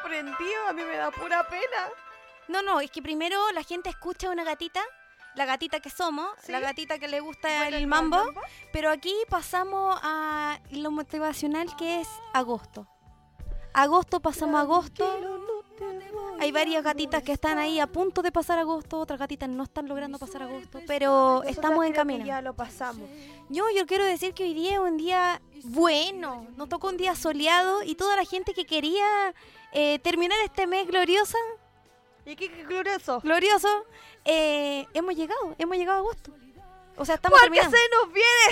sorprendido, a mí me da pura pena. No, no, es que primero la gente escucha a una gatita, la gatita que somos, ¿Sí? la gatita que le gusta Bueno, el, el mambo, mambo. pero aquí pasamos a lo motivacional que es agosto. Agosto, pasamos agosto. Hay varias gatitas que están ahí a punto de pasar agosto, otras gatitas no están logrando pasar agosto, pero Nosotras estamos creo en que camino. Ya lo pasamos. Yo, yo quiero decir que hoy día es un día bueno, nos tocó un día soleado y toda la gente que quería eh, terminar este mes gloriosa, Y qué, qué glorioso. glorioso, eh, hemos llegado, hemos llegado a agosto. O sea, estamos Porque terminando. se nos viene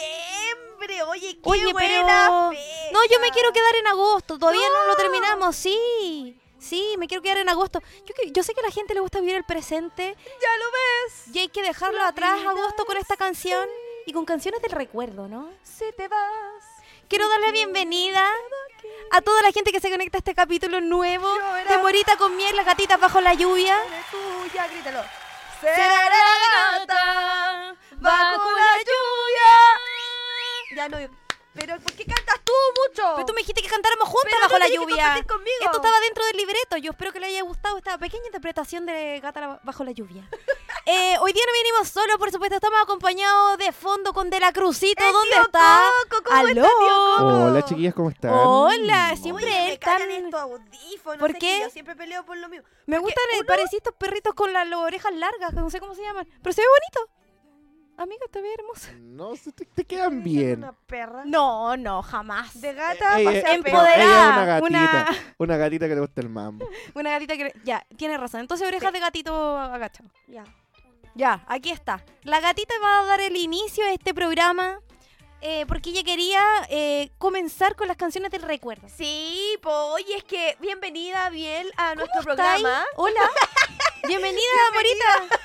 septiembre. Oye, qué Oye, buena pero- fecha. No, yo me quiero quedar en agosto, todavía no, lo terminamos, sí. Sí, me quiero quedar en agosto. Yo, que- yo sé que a la gente le gusta vivir el presente Ya lo ves. y hay que dejarlo atrás agosto con esta canción y con canciones del recuerdo, ¿no? Si te vas. Quiero dar la bienvenida a toda la gente que se conecta a este capítulo nuevo Llora. de Morita con Miel, las gatitas bajo la lluvia. Eres tuya, grítalo. Será la gata bajo la lluvia. Ya no. Pero ¿por qué cantas tú mucho? Pero tú me dijiste que cantáramos juntas Pero bajo no la tenés que lluvia. compartir conmigo. Esto estaba dentro del libreto. Yo espero que le haya gustado esta pequeña interpretación de Gata la- bajo la lluvia. Eh, hoy día no vinimos solos, por supuesto. Estamos acompañados de fondo con De la Crucito. El ¿Dónde tío está? Coco, ¿cómo está, tío Coco? Hola chiquillas, ¿cómo están? Oh. Hola, Oye, siempre me él tan- cagan estos audífonos. ¿Por sé que qué? Yo siempre peleo por lo mío. Me Porque gustan, eh, uno- parece estos perritos con las las orejas largas, que no sé cómo se llaman. Pero se ve bonito. Amiga, te ve hermosa. No, se te, te quedan Es bien. Una perra. No, no, jamás. De gata Ey, pasé eh, a no, perra. empoderada, ella es una una- gatita. Una gatita que le gusta el mambo. Una gatita que... Ya, tienes razón. Entonces orejas de gatito agachado. Ya. Ya, aquí está. La gatita va a dar el inicio a este programa eh, porque ella quería eh, comenzar con las canciones del recuerdo. Sí, po, oye, es que bienvenida, Biel, a nuestro ¿Está ahí? programa. Hola. Bienvenida, Morita.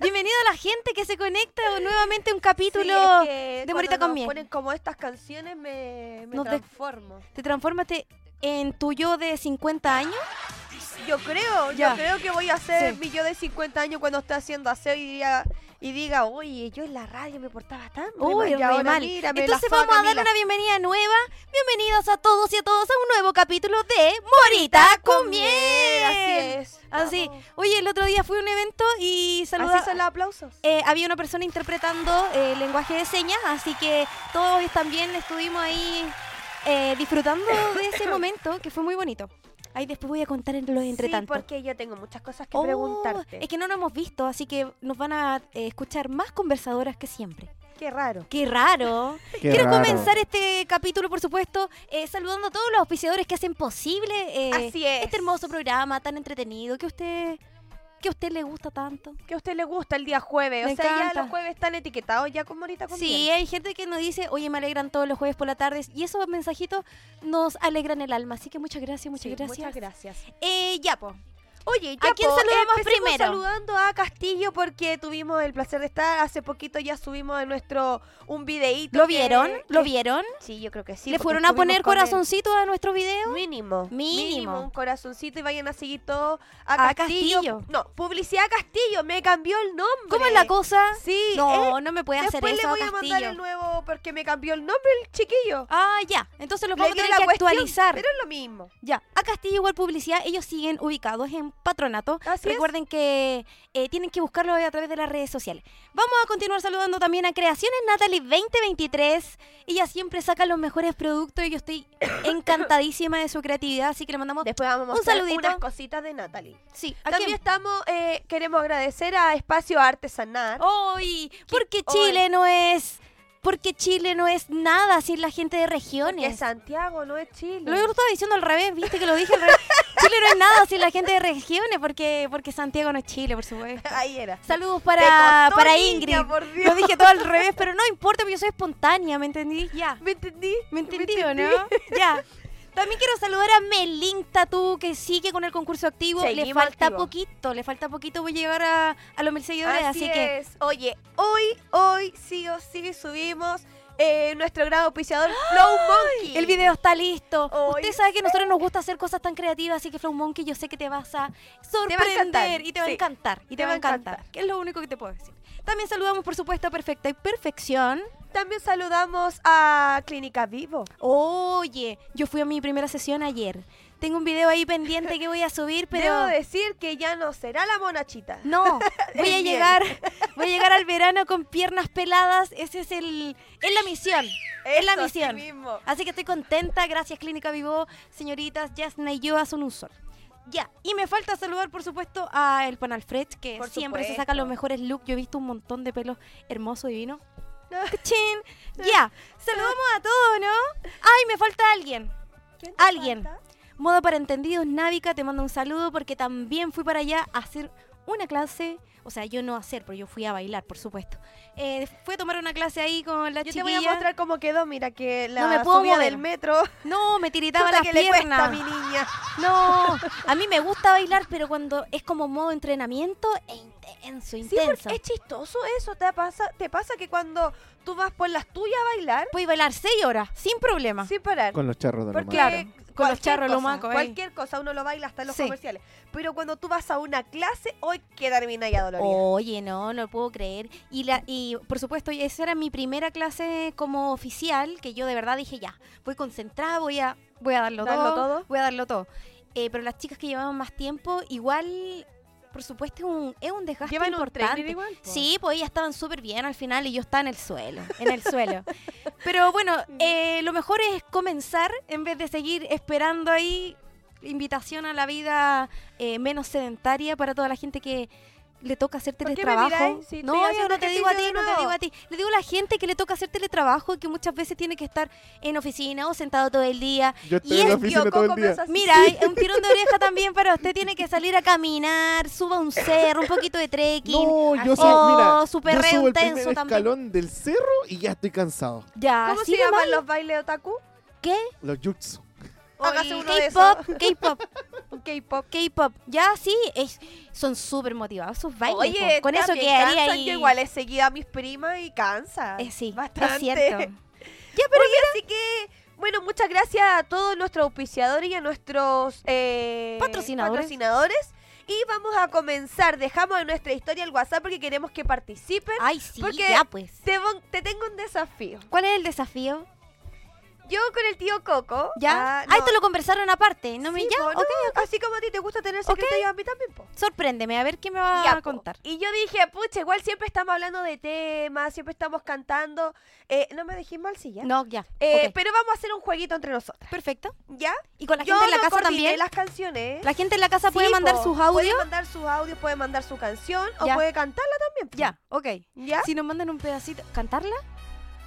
Bienvenida a la gente que se conecta nuevamente a un capítulo. Sí, es que de cuando Morita con nos Miel. ponen como estas canciones me, me Nos de- transformo. Te transformaste en tu yo de 50 años. Yo creo, Ya. yo creo que voy a ser Sí. mi yo de 50 años cuando esté haciendo aseo y diga, y diga, oye, yo en la radio me portaba tan re Uy, mal, y re ahora mal. mírame, la Entonces fama, vamos a dar mira". una bienvenida nueva. Bienvenidos a todos y a todas a un nuevo capítulo de Morita con miel. Así es. Así. Vamos. Oye, el otro día fui a un evento y Así saluda, son los aplausos. eh, había una persona interpretando eh, lenguaje de señas, así que todos también estuvimos ahí eh, disfrutando de ese momento que fue muy bonito. Ahí después voy a contar en los entre Sí, tanto. porque yo tengo muchas cosas que Oh, preguntarte. Es que no nos hemos visto, así que nos van a eh, escuchar más conversadoras que siempre. Qué raro. ¡Qué raro! Qué Quiero raro. comenzar este capítulo, por supuesto, eh, saludando a todos los auspiciadores que hacen posible eh, Así es. este hermoso programa tan entretenido que usted que a usted le gusta tanto. que a usted le gusta el día jueves. Me o sea, encanta. ya los jueves están etiquetados ya con Morita con Sí, miel. hay gente que nos dice, oye, me alegran todos los jueves por la tarde y esos mensajitos nos alegran el alma, así que muchas gracias, muchas Sí, gracias. Muchas gracias. Eh, ya, po. Oye, ¿A ya quién po, saludamos empecemos primero? saludando a Castillo porque tuvimos el placer de estar. Hace poquito ya subimos de nuestro un videíto. ¿Lo que- vieron? ¿Lo que- vieron? Sí, yo creo que sí. ¿Le porque fueron a estuvimos poner con él. corazoncitos a nuestro video? Mínimo, Mínimo. un corazoncito y vayan a seguir todo a, A Castillo. Castillo. No, publicidad Castillo, me cambió el nombre. ¿Cómo es la cosa? Sí, eh, No, no me puede hacer después le eso, voy a mandar Castillo. el nuevo porque me cambió el nombre el chiquillo. Ah, ya. Entonces los Le vamos a dio tener la que cuestión, actualizar. Pero es lo mismo. Ya, a Castillo igual publicidad, ellos siguen ubicados en Patronato. Así es. Recuerden que eh, tienen que buscarlo a través de las redes sociales. Vamos a continuar saludando también a Creaciones Natalie 2023. Ella siempre saca los mejores productos y yo estoy encantadísima de su creatividad, así que le mandamos... Después vamos a Un mostrar saludito. unas cositas de Natalie. Sí, ¿a También quién? estamos, eh, queremos agradecer a Espacio Artesanal. Oh, ¡Ay! Porque hoy- Chile no es... Porque Chile no es nada sin la gente de que regiones. Santiago no es Chile. Lo yo lo estaba diciendo al revés, viste que lo dije al revés. Chile no es nada sin la gente de regiones, porque, porque Santiago no es Chile, por supuesto. Ahí era. Saludos Te para, costó, para niña, Ingrid. por Lo Dios. dije todo al revés, pero no importa, porque yo soy espontánea, ¿me entendí? Ya. ¿Me entendí? ¿Me entendí o no? Ya. También quiero saludar a Melin Tatu, que sigue con el concurso activo. le Seguimos falta activos. poquito, le falta poquito. Voy a llegar a, a los mil seguidores, Así, así, que. es. Oye, hoy, hoy sí o sí subimos eh, nuestro gran auspiciador Flow Monkey. El video está listo. Ay, Usted sabe que a nosotros nos gusta hacer cosas tan creativas, así que Flow Monkey, yo sé que te vas a encantar, sorprender y te va sí. a encantar. Y te, va a encantar. Que es lo único que te puedo decir. También saludamos, por supuesto, a Perfecta y Perfección. También saludamos a Clínica Vivo. Oye, yo fui a mi primera sesión ayer. Tengo un video ahí pendiente que voy a subir, pero... Debo decir que ya no será la monachita. No, voy a Bien. llegar, voy a llegar al verano con piernas peladas. Ese es el, es la misión, es la Eso, así misión. mismo. Así que estoy contenta, gracias Clínica Vivo, señoritas Jasna y yo son un sol. Ya, y me falta saludar por supuesto a el Panalfred, que Por siempre se supuesto. saca los mejores looks. Yo he visto un montón de pelos hermosos, divinos. ¡Cachín! Ya, saludamos a todos, ¿no? Ay, me falta alguien. ¿Quién te Alguien. falta? Moda para entendidos, Návica, te mando un saludo porque también fui para allá a hacer una clase. O sea, yo no a hacer, pero yo fui a bailar, por supuesto. Eh, fui a tomar una clase ahí con la Yo te chiquilla. voy a mostrar cómo quedó. Mira que la No me puedo subida mover. del metro. No, me tiritaba Puta las que le cuesta a piernas. mi niña. No, a mí me gusta bailar, pero cuando es como modo entrenamiento, es intenso, Sí, intenso. porque es chistoso eso. ¿Te pasa, te pasa que cuando tú vas por las tuyas a bailar, Puedes bailar seis horas, sin problema. sin parar. Con los charros de Porque nomás. Claro, con los cualquier charros, lo cosa, maco, eh. Cualquier cosa, uno lo baila hasta en los Sí. comerciales. Pero cuando tú vas a una clase, hoy que termina ya dolorida. Oye, no, no lo puedo creer. Y, la, y por supuesto, esa era mi primera clase como oficial, que yo de verdad dije, ya, voy concentrada, voy a, voy a darlo, ¿Darlo todo, todo? Voy a darlo todo. Eh, pero las chicas que llevaban más tiempo, igual, por supuesto, es un, es un desgaste Llevan un importante. trainer igual. po. Sí, pues ellas estaban súper bien al final y yo estaba en el suelo, en el suelo. Pero bueno, Mm. eh, lo mejor es comenzar en vez de seguir esperando ahí invitación a la vida eh, menos sedentaria para toda la gente que le toca hacer ¿Por qué me teletrabajo. miráis? Si no, estoy yo haciendo no te digo a ti, ejercicio de no te digo nuevo. a ti. Le digo a la gente que le toca hacer teletrabajo y que muchas veces tiene que estar en oficina o sentado todo el día. Yo estoy Y en es la Yo, oficina todo el Coco, me día. hace así. Mira, hay un tirón de oreja también para usted. Tiene que salir a caminar, suba un cerro, un poquito de trekking. No, yo así. subo, mira, Oh, súper yo re subo el intenso primer también. escalón del cerro y ya estoy cansado. Ya, ¿Cómo así se nomás. llaman los bailes otaku? ¿Qué? Los jutsu. Hágase Oye, uno de esos. K-pop, K-pop, Un K-pop. K-pop. Ya sí, es- son súper motivados sus bailes. po. con eso también quedaría cansan. ahí. Yo igual he seguido a mis primas y cansa. Eh, sí, es bastante. cierto. Así que, bueno, muchas gracias a todos nuestros auspiciadores y a nuestros eh, Patrocinadores. patrocinadores. Y vamos a comenzar. Dejamos en nuestra historia el WhatsApp porque queremos que participen. Ay, sí, Porque- ya pues. Te, von- te tengo un desafío. ¿Cuál es el desafío? Yo con el tío Coco. ¿Ya? ah, Ah, no, esto lo conversaron aparte. No me... sí, ya, po, no, ok. Así como a ti te gusta tener secreto, a mí también, po. Sorpréndeme, a ver qué me va Ya, a po. Ah, contar. Y yo dije, pucha, igual siempre estamos hablando de temas, siempre estamos cantando. Eh, no me dejéis mal, sí, ya. No, ya. Eh, ok. Pero vamos a hacer un jueguito entre nosotras. Perfecto. ¿Ya? Y con la Yo gente en la no casa coordiné también. las canciones. La gente en la casa Sí, puede mandar po. sus Puede audios. mandar sus audios, puede mandar su canción o Ya. puede cantarla también. po. Ya, ok. ¿Ya? Si nos mandan un pedacito. ¿Cantarla?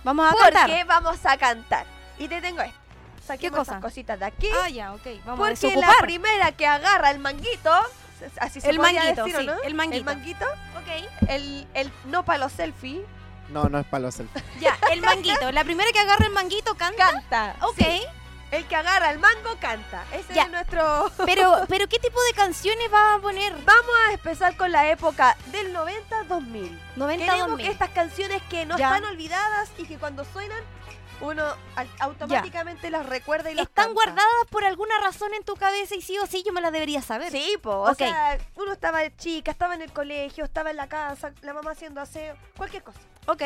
Vamos a Porque cantar. vamos a cantar. Y te tengo esto. Saquemos cosa? estas cositas de aquí. Ah, ya, ok. Vamos a porque la desocupar. primera que agarra el manguito, así se El podría manguito, decir, ¿o sí, ¿no? el manguito. El manguito, Ok. el, el no para los selfies, No, no es para los selfies. Ya, el manguito. La primera que agarra el manguito canta. canta. Ok. Sí. El que agarra el mango canta. Ese Ya. es nuestro. Pero, pero ¿qué tipo de canciones va a poner? Vamos a empezar con la época del 90-2000. Queremos 90 que este estas canciones que no Ya. están olvidadas y que cuando suenan uno al- automáticamente las recuerda y las Están canta. guardadas por alguna razón en tu cabeza y sí o sí yo me las debería saber. Sí, po, Ok. o sea, uno estaba chica, estaba en el colegio, estaba en la casa, la mamá haciendo aseo, cualquier cosa. Ok.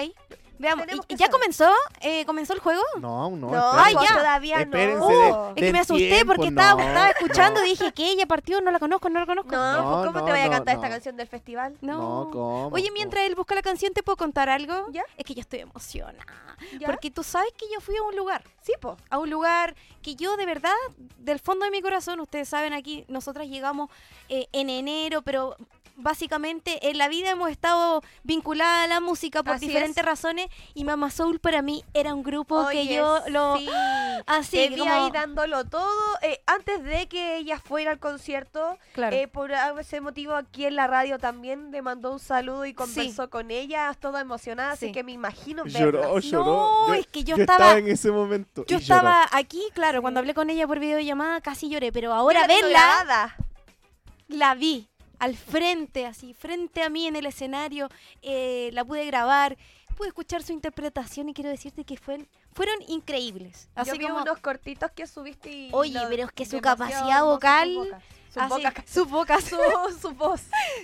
Veamos. Tenemos ¿Y- que ¿Ya saber. comenzó? Eh, ¿Comenzó el juego? No, aún no. No, espérense. ay, ya. todavía Espérense de- no. Oh. Es que Del me asusté tiempo, porque no, estaba, estaba escuchando no. y dije que ella partió, no la conozco, no la conozco. No, No, pues, ¿cómo no, te vaya a no, cantar no. esta canción del festival? No, ¿cómo? Oye, mientras él busca la canción, ¿te puedo contar algo? ¿Ya? Es que yo estoy emocionada. ¿Ya? Porque tú sabes que yo fui a un lugar. Sí, po. a un lugar que yo de verdad, del fondo de mi corazón, ustedes saben aquí, nosotras llegamos eh, en enero, pero básicamente en la vida hemos estado vinculadas a la música por Así diferentes es. razones y Mama Soul para mí era un grupo Oye, que yo lo... sí. Así te que vi como- ahí dándolo todo eh, antes de que ella fuera al concierto. Claro. eh, por ese motivo aquí en la radio también le mandó un saludo y conversó con ella, toda emocionada, Sí. así que me imagino Lloró, verlas. lloró. No, es que yo estaba- estaba en ese momento. yo y lloró. estaba aquí, claro, cuando hablé con ella por videollamada casi lloré, pero ahora Yo la tengo verla, grabada. la vi al frente, así, frente a mí en el escenario, eh, la pude grabar, pude escuchar su interpretación y quiero decirte que fueron, fueron increíbles. Así Yo vi como- unos cortitos que subiste y Oye, lo- pero es que su demasiado capacidad hermosa tu vocal- boca. Sus Así, bocas ca- su boca, su, su voz.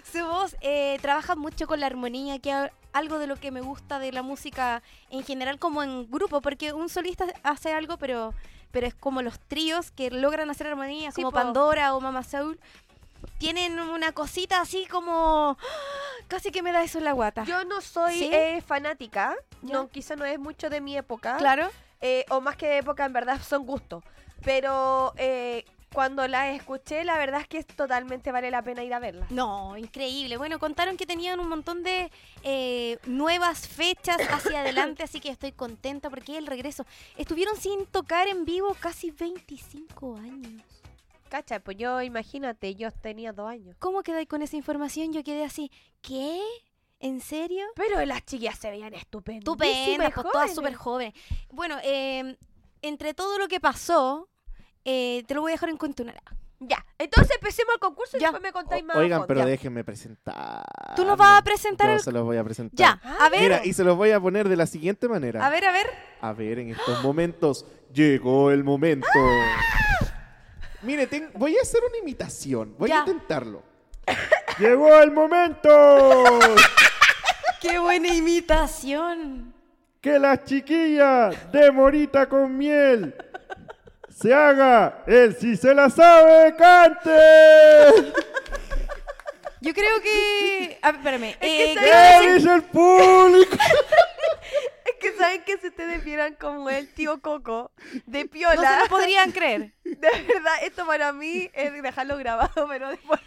su voz eh, trabaja mucho con la armonía, que a- algo de lo que me gusta de la música en general, como en grupo, porque un solista hace algo, pero, pero es como los tríos que logran hacer armonías, Sí, como po. Pandora o Mama Soul. Tienen una cosita así como. ¡ah! Casi que me da eso en la guata. Yo no soy Ah, ¿Sí? eh, fanática, Ya. no, quizá no es mucho de mi época, claro. eh, o más que de época, en verdad son gustos, pero eh, cuando la escuché, la verdad es que es totalmente vale la pena ir a verla. No, increíble. Bueno, contaron que tenían un montón de eh, nuevas fechas hacia adelante, así que estoy contenta porque es el regreso. Estuvieron sin tocar en vivo casi 25 años. Cacha, pues yo imagínate, yo tenía dos años. ¿Cómo quedáis con esa información? Yo quedé así, ¿qué? ¿En serio? Pero las chiquillas se veían estupendas. Estupenda, pues todas súper jóvenes. Bueno, eh, entre todo lo que pasó, eh, te lo voy a dejar en contunara. Ya, entonces empecemos el concurso y Ya. después me contáis más. a Oigan, fondo. pero Ya. déjenme presentar. ¿Tú nos vas a presentar Yo el- se los voy a presentar. Ya, Ah, a ver, Mira, y se los voy a poner de la siguiente manera. a ver, a ver. A ver, en estos momentos llegó el momento. Mire, ten- voy a hacer una imitación. Voy ¡Ah! Ya. a intentarlo. ¡Llegó el momento! ¡Qué buena imitación! ¡Que las chiquillas de Morita con miel se haga el si se la sabe cante! Yo creo que. A ver, espérame. eh, ¿sabes? ¿Qué dice el público? Es que saben que si ustedes vieran como el tío Coco de no se Piola, lo podrían creer. de verdad, esto para mí es dejarlo grabado, pero después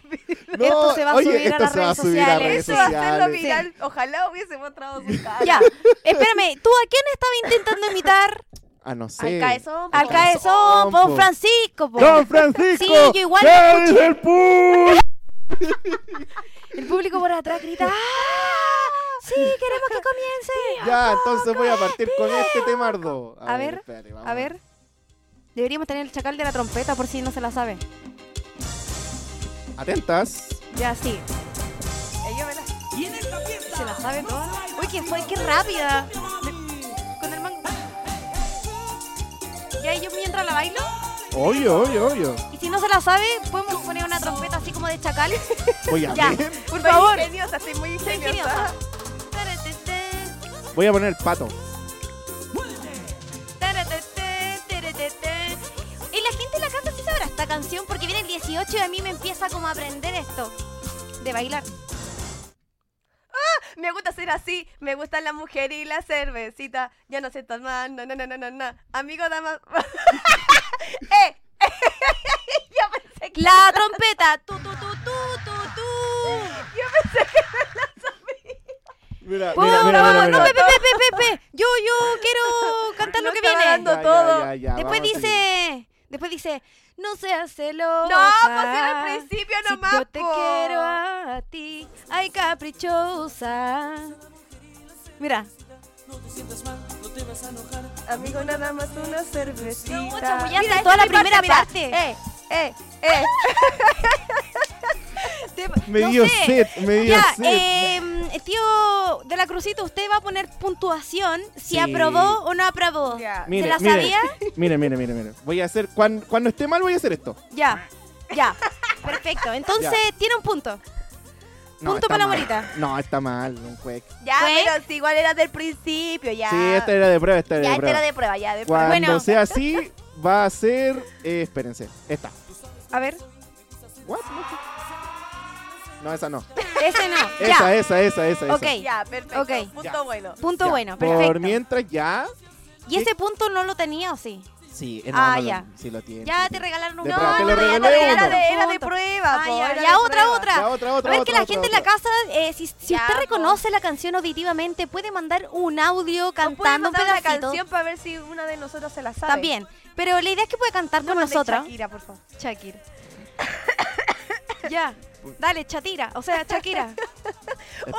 No, Esto se va a oye, subir a esto las se va redes a subir a sociales. redes Eso va a hacerlo sociales. viral. Ojalá hubiese mostrado su cara. Ya, espérame, ¿tú a quién estaba intentando imitar? Ah, no sé. Al caezón. Al po. caezón, po. pon Francisco, po. ¡Don Francisco! Sí, yo igual lo ¿Qué dice el público? El público por atrás grita, ¡Ah! ¡Sí, queremos que comience! Ya, entonces voy a partir con este temardo. A ver, espérate, vamos. A ver, deberíamos tener el chacal de la trompeta por si no se la sabe. Atentas. Ya, sí, Eh, yo me la- se la sabe toda. Uy, qué fue, qué rápida. Con el mango. Ya, yo mientras la bailo, Oye, oye, oye. y si no se la sabe, podemos poner una trompeta así como de chacal. Voy a Ya, ver. por Soy favor. ingeniosa, estoy muy ingeniosa. Ingeniosa. Voy a poner el pato. Y la gente en la casa sí sabrá esta canción porque viene el 18 y a mí me empieza como a aprender esto de bailar. Me gusta ser así, me gustan las mujeres y la cervecita. Ya no sé tomar, no, no, no, no, no, no. Amigo, dama. ¡Eh! yo pensé que. La trompeta. Tu, tu, tu, tu, tu, tu. Yo pensé que. Mira, Por mira, mira, favor, mira, no, mira. pe, pe, pe, pe, pe, pe. Yo, yo quiero cantar lo No que estaba viene. dando todo. Después vamos a dice, después dice, no seas celosa. No, pues era al principio Si nomás. yo te po. quiero a ti, ay caprichosa. Mira, Amigo, nada más una cervecita. No, chamullaste Mira, toda esta la es mi primera parte. Eh, eh, eh. te- Me no dio sé. sed, me dio Ya, sed. em, tío de la crucita, usted va a poner puntuación si Sí. aprobó o no aprobó. Ya. ¿Se la sabía? Mire, mire, mire, mire. Voy a hacer, cuan- cuando esté mal voy a hacer esto. Ya, ya. Perfecto. Entonces, tiene un punto. Punto está para la mal. morita. No, está mal, un juez. Ya, Fue- pero si igual era del principio, ya. Sí, esta era de prueba, esta era ya, de esta prueba. era de prueba, ya, de Cuando prueba. Bueno. sea así, va a ser, eh, espérense, esta. A ver, What? No, esa no. ese no. Esa, ya. esa, esa, esa. esa. Ok. Ya, perfecto. Ok. Punto Ya. bueno. Punto Ya. bueno, Por perfecto. mientras ya. ¿Y ese punto no lo tenía o sí? Sí, Ah, ah, ya. ya. Sí lo tiene. Ya te regalaron Ah, un De No, prueba, te no, lo ya regalé no, era uno. de, era de Punto. prueba, Ah, po, ya, era ya, de otra, prueba. otra. Ya, otra, otra, a ver otra, que la otra, gente en otra. la casa, eh, si, si Ya, usted po. reconoce la canción auditivamente, puede mandar un audio Nos pueden cantando un mandar la pedacito. canción para ver si una de nosotros se la sabe. También. Pero la idea es que puede cantar con Mande nosotros. Shakira, por favor. Shakira. ya. Dale, Chatira. O sea, Shakira.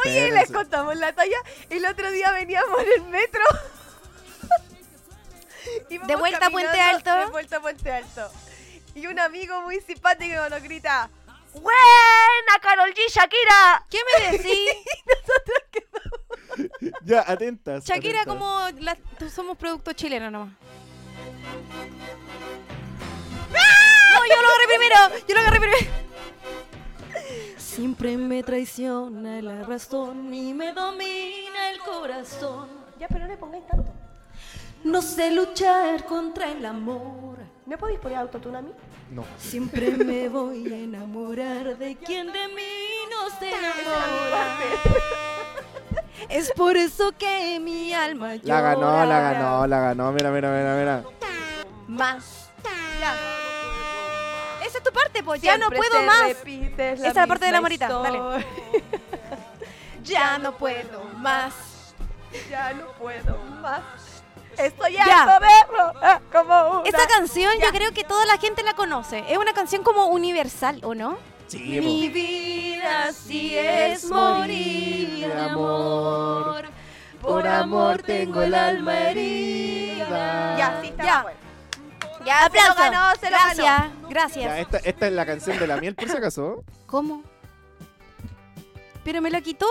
Oye, les Espérense. contamos la talla. El otro día veníamos en el metro. Íbamos De vuelta a Puente caminando Alto. De vuelta a Puente Alto. Y un amigo muy simpático nos grita: ¡Buena, Carol G, Shakira! ¿Qué me decís? Ya, atentas. Shakira atentas. como... la- tú somos producto chileno nomás. ¡Ah! No, yo lo agarré primero. Yo lo agarré primero. Siempre me traiciona la razón y me domina el corazón. Ya, pero no le pongáis tanto. No sé luchar contra el amor. ¿Me podéis poner autotune a mí? No. Siempre me voy a enamorar de quien de mí no se enamora. Es por eso que mi alma llora. La ganó, la ganó, la ganó. Mira, mira, mira, mira. Más. Ya. Esa es tu parte, pues. Ya no puedo más. Esa es la parte de la morita. Dale. ya no puedo más. Ya no puedo más. Estoy Ya. harto de rogar como una. Esta canción Ya. yo creo que toda la gente la conoce. Es una canción como universal, ¿o no? Sí, pues. Mi vida si es morir de amor. Por amor tengo el alma herida. Ya, sí, está Ya. bueno. Ya, aplauso. se lo ganó, se lo Gracias, ganó. Ya, gracias. esta, esta es la canción de la miel, por si acaso. ¿Cómo? Pero me lo quitó.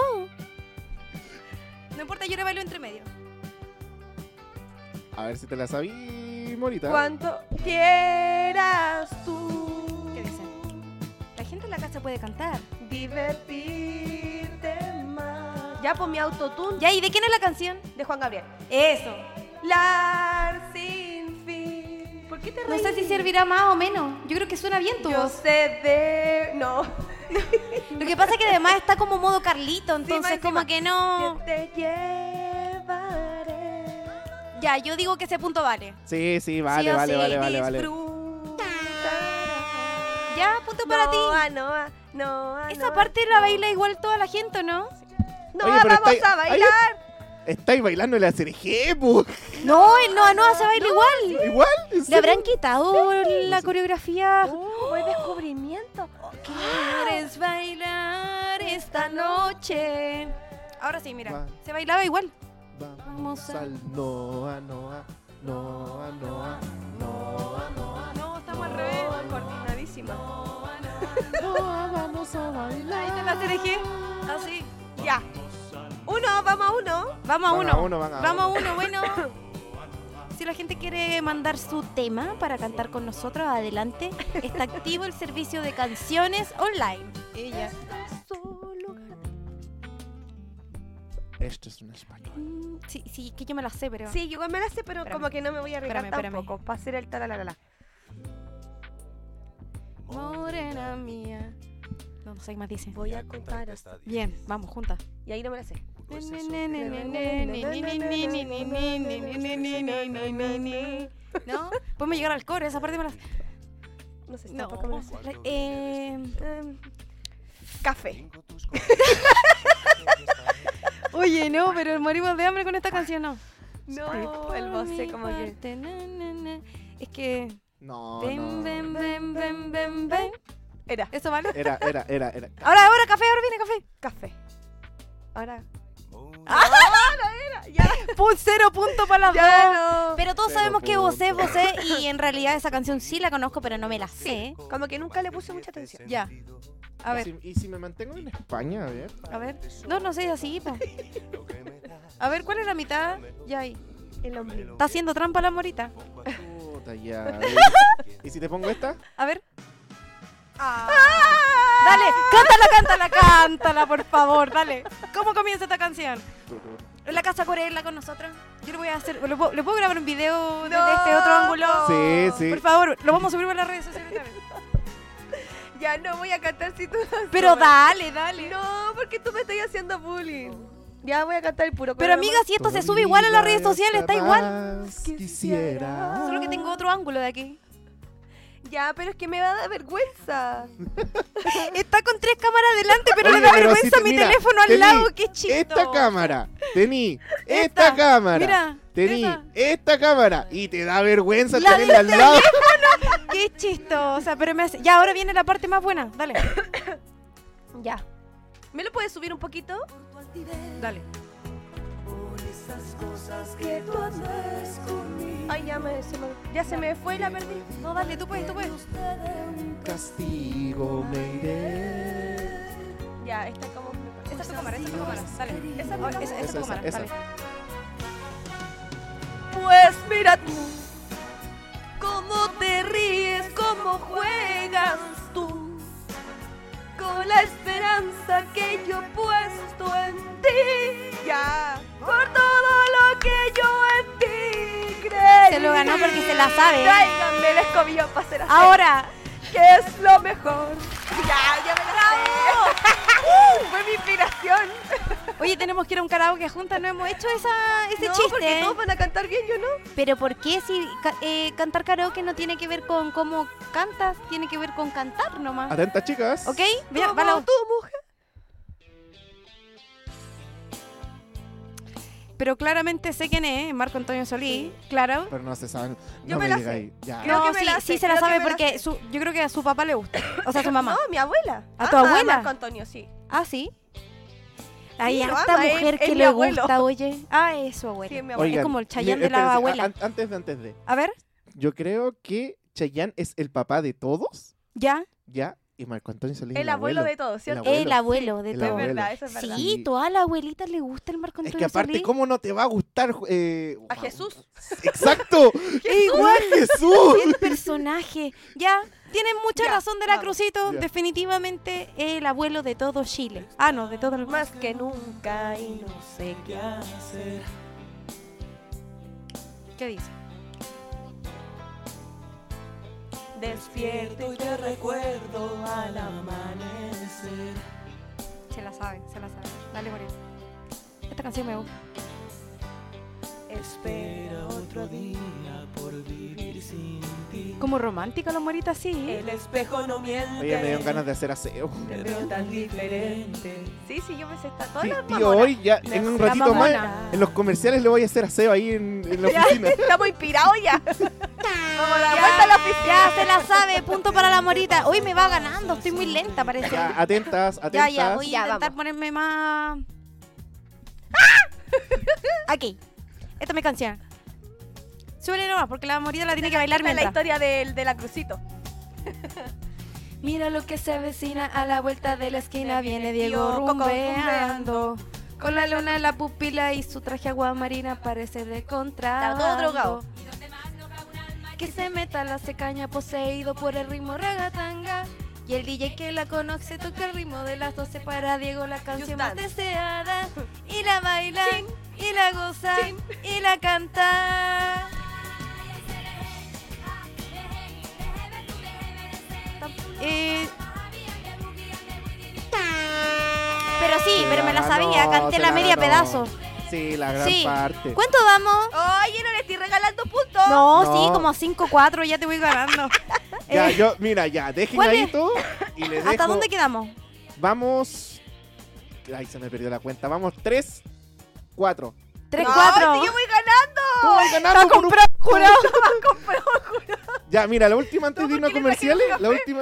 No importa, yo le bailo entre medio. A ver si te la sabí, Morita. Cuanto quieras tú. ¿Qué dice? La gente en la casa puede cantar. Divertirte más. Ya por mi autotune Ya, ¿y de quién es la canción? de Juan Gabriel. Eso. La sin fin. ¿Por qué te No reís? sé si servirá más o menos. Yo creo que suena bien tu Yo voz. sé de. No. Lo que pasa es que además está como modo Carlito, entonces más como encima. que no... Que te llevaré. Ya, yo digo que ese punto vale. Sí, sí, vale, Sí o vale, sí, vale, vale, vale. Disfrutarás. Ya, punto para ti. Noa, Noa, Noa, Esa Noa. parte la baila igual toda la gente, ¿o ¿no? Noa, Oye, pero vamos está- a bailar. Estáis bailando la cereje, po. No, el Noa Noa se baila igual. pues. Igual. ¿en Le serio? habrán quitado la coreografía. Uh, buen descubrimiento. ¿Quieres bailar esta noche? Ahora sí, mira, Va. se bailaba igual. Vamos Vamos a- al Noa, Noa, Noa, Noa, Noa, Noa. No, estamos al revés. Coordinadísima. Noa, vamos a Ahí te bailar. la CDG. Ah, Así. Ya. Uno, vamos a uno. Vamos a Van uno. a uno, van a Vamos uno. a uno, bueno. Si la gente quiere mandar su tema para cantar con nosotros, adelante. Está activo el servicio de canciones online. Ella. Esto es un español. Mm, Sí, sí, que yo me la sé, pero. Sí, yo igual me la sé, pero Espérame. como que no me voy a arriesgar Espérame, espérame. tampoco. Para hacer el talalala. Morena mía. No, no sé qué más dice. Voy a contar hasta Bien, vamos, juntas. Y ahí no me la sé. No, podemos llegar al coro, esa parte me la sé. No sé, No, tampoco me la sé. la- eh, Em, Café. Oye, no, pero morimos de hambre con esta canción, no. No, el voce como que. Es que. No, Ven, ven, no. ven, ven, ven, ven. Era, ¿Eso vale? Era, era, era, era. Ahora, ahora, café, ahora viene café. café. Ahora. Pun cero punto para las dos. Ya no. Pero todos Cero sabemos que punto. vosé, vosé, y en realidad esa canción sí la conozco, pero no me la sé. Como que nunca le puse mucha atención. Ya. A ¿Y ver, si- ¿Y si me mantengo en España? A ver. a ver. No, no sé, así, po. A ver, ¿cuál es la mitad? Ya ahí. El ombligo. Está haciendo trampa la morita. Puta, ya. a ver. ¿Y si te pongo esta? A ver. Ah. Dale, cántala, cántala, cántala, por favor, dale. ¿Cómo comienza esta canción? En la casa Corella con nosotros. Yo le voy a hacer, ¿le puedo, le puedo grabar un video desde No. este otro ángulo? Sí, sí. Por favor, lo vamos a subir a las redes sociales también. Ya no voy a cantar si tú no Pero dale, dale. No, porque tú me estás haciendo bullying. Ya voy a cantar el puro. Pero amiga, si esto se sube igual a las redes sociales, está igual. Quisiera. Solo que tengo otro ángulo de aquí. Ya, pero es que me va a dar vergüenza. Está con tres cámaras adelante, pero Oye, le da pero vergüenza si te- mi mira, teléfono al tení lado. Qué chido. Esta cámara, tení esta, Esta, cámara, mira, tení esa. esta cámara y te da vergüenza La tenerla al lado. Qué chistosa, pero me hace... Ya, ahora viene la parte más buena. Dale, Ya. ¿Me lo puedes subir un poquito? dale. Ay, ya, me, se me- ya se me fue y la perdí. No, dale, tú puedes, tú puedes. Castigo me iré. Ya, está como. Esa es tu cámara, esa es tu cámara. Dale. Esa, Oh, esa, esa es Esa, tu esa, cámara. esa. Dale. Pues mira tú, cómo te ríes, cómo juegas tú, con la esperanza. esperanza que yo he puesto en ti. Ya. Por todo lo que yo en ti creí. Se lo ganó porque se la sabe. ¿eh? Tráiganme el escobillo para hacer así. Ahora, ¿Qué es lo mejor? Ya, ya me la sé. Fue mi inspiración. oye, tenemos que ir a un karaoke juntas, no hemos hecho esa, ese no, chiste. porque ¿eh? todos van a cantar bien, yo no. Pero ¿por qué si ca- eh, cantar karaoke no tiene que ver con cómo cantas, tiene que ver con cantar nomás? Atentas, chicas. ¿Ok? Mira, Como va la- tú, mujer. Pero claramente sé quién eh, es, Marco Antonio Solí, claro. Pero no se saben. Yo no me me, la diga sé. ahí. Ya. Creo no, que me sí, la sí sé, se la creo que sabe me la porque sé. su- yo creo que a su papá le gusta. O sea, a su mamá. No, Ah, mi abuela. Ah. ¿A tu Ama abuela? Marco Antonio, sí. Ah, sí. Hay lo harta ama, es- mujer es que mi le abuelo. gusta, oye. Ah, es su abuela. Sí, mi abuela. Es Oigan, como el Chayanne Chayán de la abuela. antes de, antes de. A ver, Yo creo que Chayán es el papá de todos, ya. ya. Y Marco Antonio Solís. El, abuelo, de todos, ¿cierto? abuelo. El abuelo de El Es todo. abuelo. verdad, eso es verdad. Sí, Sí. toda la abuelita le gusta el Marco Es Antonio que aparte, Solís. ¿cómo no te va a gustar? eh, A wow? Jesús. Exacto. ¡Es igual Jesús! El personaje. Ya, tienen mucha Ya, razón de la vamos. Crucito. Ya. Definitivamente el abuelo de todo Chile. Ah, no, de todo el Más que nunca y no sé qué hacer. ¿Qué dice? Despierto y te recuerdo al amanecer. Se la sabe, se la sabe. Dale, Morir. Esta canción me gusta. Espera otro día por vivir sin ti. Como romántica la morita, sí. El espejo no miente. Oye, me dieron ganas de hacer aseo. Te veo tan diferente. Sí, sí, yo me sé está toda Sí, la tío, hoy ya, en un La ratito mamona. más, en los comerciales le voy a hacer aseo ahí en, en la Ya, oficina. estamos inspirados ya. Vamos a dar Ya, vuelta a la oficina. Ya, se la sabe. Punto para la morita. Hoy me va ganando, estoy muy lenta, parece. Ya, atentas, Ya, atentas. ya, voy a Ya, intentar vamos. ponerme más. Aquí. Esta es mi canción. Súbele nomás, porque la morita la tiene que bailar Esta es la mientras. historia del, de la crucito. Mira lo que se avecina a la vuelta de la esquina. Viene Tío Diego Coco rumbeando. Con la luna en la pupila y su traje aguamarina parece de contra. Está todo drogado. Que se meta la secaña poseído por el ritmo ragatanga. Y el DJ que la conoce toca el ritmo de las 12 para Diego la canción más dance. deseada. Y la bailan, Chin. y la gozan, Chin. y la cantan. Eh, Pero sí, pero me la Ah, sabía, no, canté se la media ganó. pedazo. Sí, la gran Sí. parte. ¿Cuánto vamos? Oye, no le estoy regalando puntos. No, No. sí, como 5-4, ya te voy ganando. Ya, Eh, yo, mira, ya, dejen ¿cuál es? ahí todo y les dejo. ¿Hasta dónde quedamos? Vamos. Ay, se me perdió la cuenta. Vamos, tres, cuatro. 3-4. No, este, si yo voy ganando. Tú vas ganando Está con un- comprado, jurado. Ya, mira, la última antes No, de irnos a porque le saqué un comerciales. La última.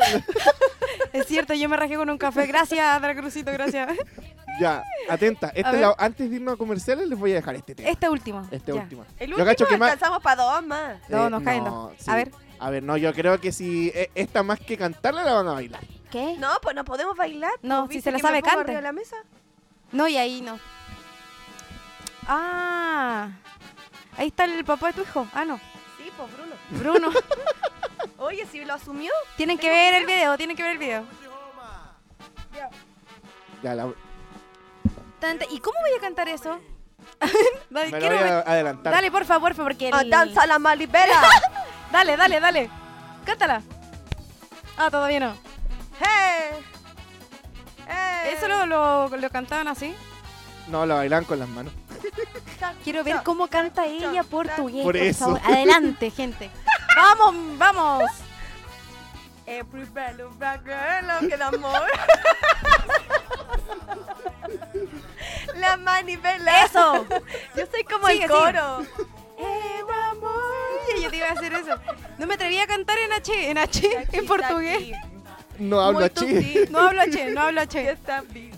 Es cierto, yo me rajé con un café. Gracias, Dracrucito, gracias. ya, atenta. Esta es ver. la- antes de irnos a comerciales les voy a dejar este tema. Este último. Este ya. último. El Yo último cacho que más- eh, alcanzamos para dos más. No, nos caen dos. A ver. A ver, no, yo creo que si eh, esta más que cantarla la van a bailar. ¿Qué? No. No, pues no podemos bailar. No, pues, si ¿viste se la que sabe, me pongo cante. arriba de la mesa? y ahí no. Ah. Ahí está el papá de tu hijo. Ah, no. Sí, pues Bruno. Bruno. Oye, si lo asumió. tienen que ver el video, tienen que ver el video. Ya, la, Tanta- ¿Y cómo voy a cantar eso? dale, me la quiero voy a ver- adelantar. dale, porfa, porfa, porque. el- Ah, danza la malibera. Dale, dale, dale. Cántala. Ah, todavía no. ¡Hey! ¡Hey! ¿Eso lo, lo, lo cantaban así? No, la bailan con las manos. Quiero ver cómo canta ella portugués. Por Por eso. favor. Adelante, gente. Vamos, vamos. Every belly black girl, lo que da amor. la manivela. Eso. Yo soy como Sigue, sigue. el coro. El amor. Yo te iba a decir eso. No me atreví a cantar en H, en H, en portugués. No hablo Muy así. tupi. No hablo H, no hablo H. Está bien.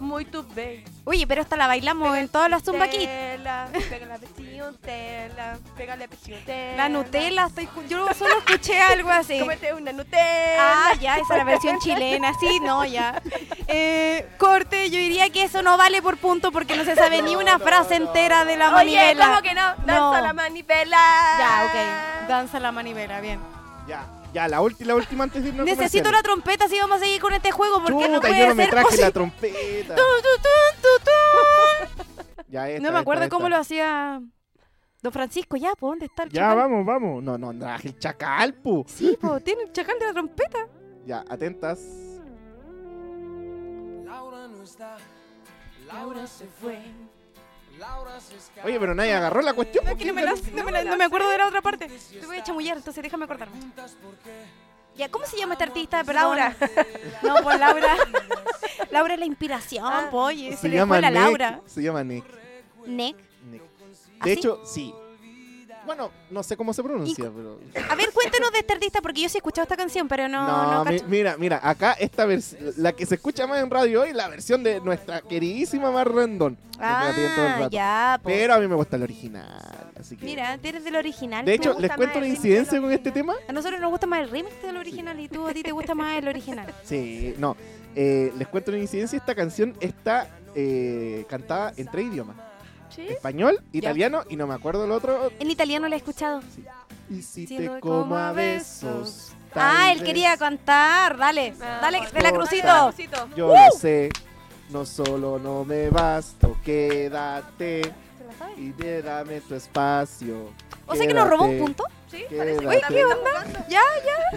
Muy tu bem. Oye, pero esta la bailamos en todas las Zumba Kids. Tela, pega la pechillon, tela, pega la pechillon, tela. La Nutella, estoy, cu- yo solo escuché algo así. Cómete una Nutella. Ah, ya, esa es la versión chilena, sí, no, ya. Eh, corte, yo diría que eso no vale por punto porque no se sabe ni una frase entera de la Oye, manivela. ¿cómo que no? Danza No. la manivela. Ya, ok. Danza la manivela, bien. Ya. Ya, la, ulti- la última antes de irnos a Necesito comerciales. la trompeta si vamos a seguir con este juego, porque no Chuta, puede yo no me ser traje la posible. trompeta. Tun, tun, tun, tun, tun. Ya, esta, No me esta, acuerdo esta. cómo lo hacía Don Francisco, ya, ¿por dónde está el Ya, chacal? vamos, vamos. No, no, traje el chacal, pu. Sí, po, tiene el chacal de la trompeta. Ya, atentas. Laura no está. Laura se fue. Laura se escapó. Oye, pero nadie agarró la cuestión. No, que no me, la- no me la- no me acuerdo de la otra parte. Te voy a chamullar, entonces déjame acordarme. Ya, ¿cómo se llama esta artista? Perdón. Laura. No, pues Laura. Laura es la inspiración, po, oye, Se, le fue la Nick. Laura. ¿Ah, Se llama Nick. Nick. Nick. ¿Así? De hecho, sí. Bueno, no sé cómo se pronuncia, pero. A ver, cuéntanos de esta artista, porque yo sí he escuchado esta canción, pero no, no, mi- cacho. mira, mira, acá esta vers- la que se escucha más en radio hoy, la versión de nuestra queridísima Mar Rendón. que me la piden todo el Ah, rato. ya, po. Pero a mí me gusta el original, así que. Mira, eres del original. de hecho, gusta les más cuento el una remix incidencia del con este tema. A nosotros nos gusta más el remix del original y tú a ti te gusta más el original. Sí, no. eh, les cuento una incidencia. Esta canción está eh, cantada en tres idiomas: ¿Sí? español, italiano y no me acuerdo el otro. En italiano la he escuchado. Y si Siendo te como como a a besos. ah, tal él vez quería cantar. Dale, Ah, dale, por de la favor. crucito. Yo lo sé. No solo no me basto, quédate y te dame tu espacio. O sea que nos robó un Quédate, punto. Sí, quédate. parece que estamos jugando.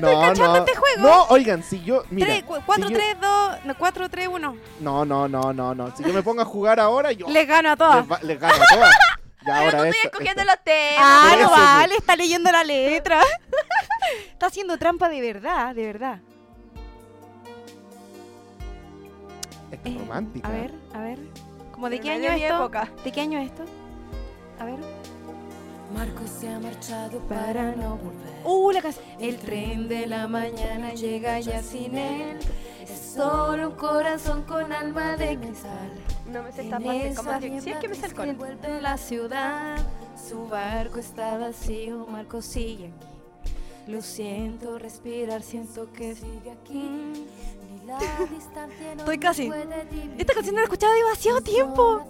No, cachando no. este juego. No, oigan, si yo. Mira, 3, 4, si yo- 3, 2, no, 4, 3, 1. No, no, no, no, no. Si yo me pongo a jugar ahora, yo. Les gano a todas. les va- les gano a todas. Ya Pero ahora tú esto- estoy escogiendo esto- los temas. Ah, por no eso, vale, está leyendo la letra. está haciendo trampa de verdad, de verdad. esto es Eh, romántica. A ver, a ver. ¿Cómo de Pero qué no es año de es mi esto? época. ¿De qué año es esto? A ver. Marco se ha marchado para no volver. Uh, la canción. El tren de la mañana llega ya sin él. Es solo un corazón con alma de cristal. No me sé esta En parte. esa ¿Cómo que- Sí, es que me sé el niebla coro. que envuelve la ciudad. Su barco está vacío, Marco sigue aquí. Lo siento, respirar, siento que sigue aquí. Ni la distancia no Estoy nos casi. puede Esta dividir. canción no la he escuchado de demasiado tiempo.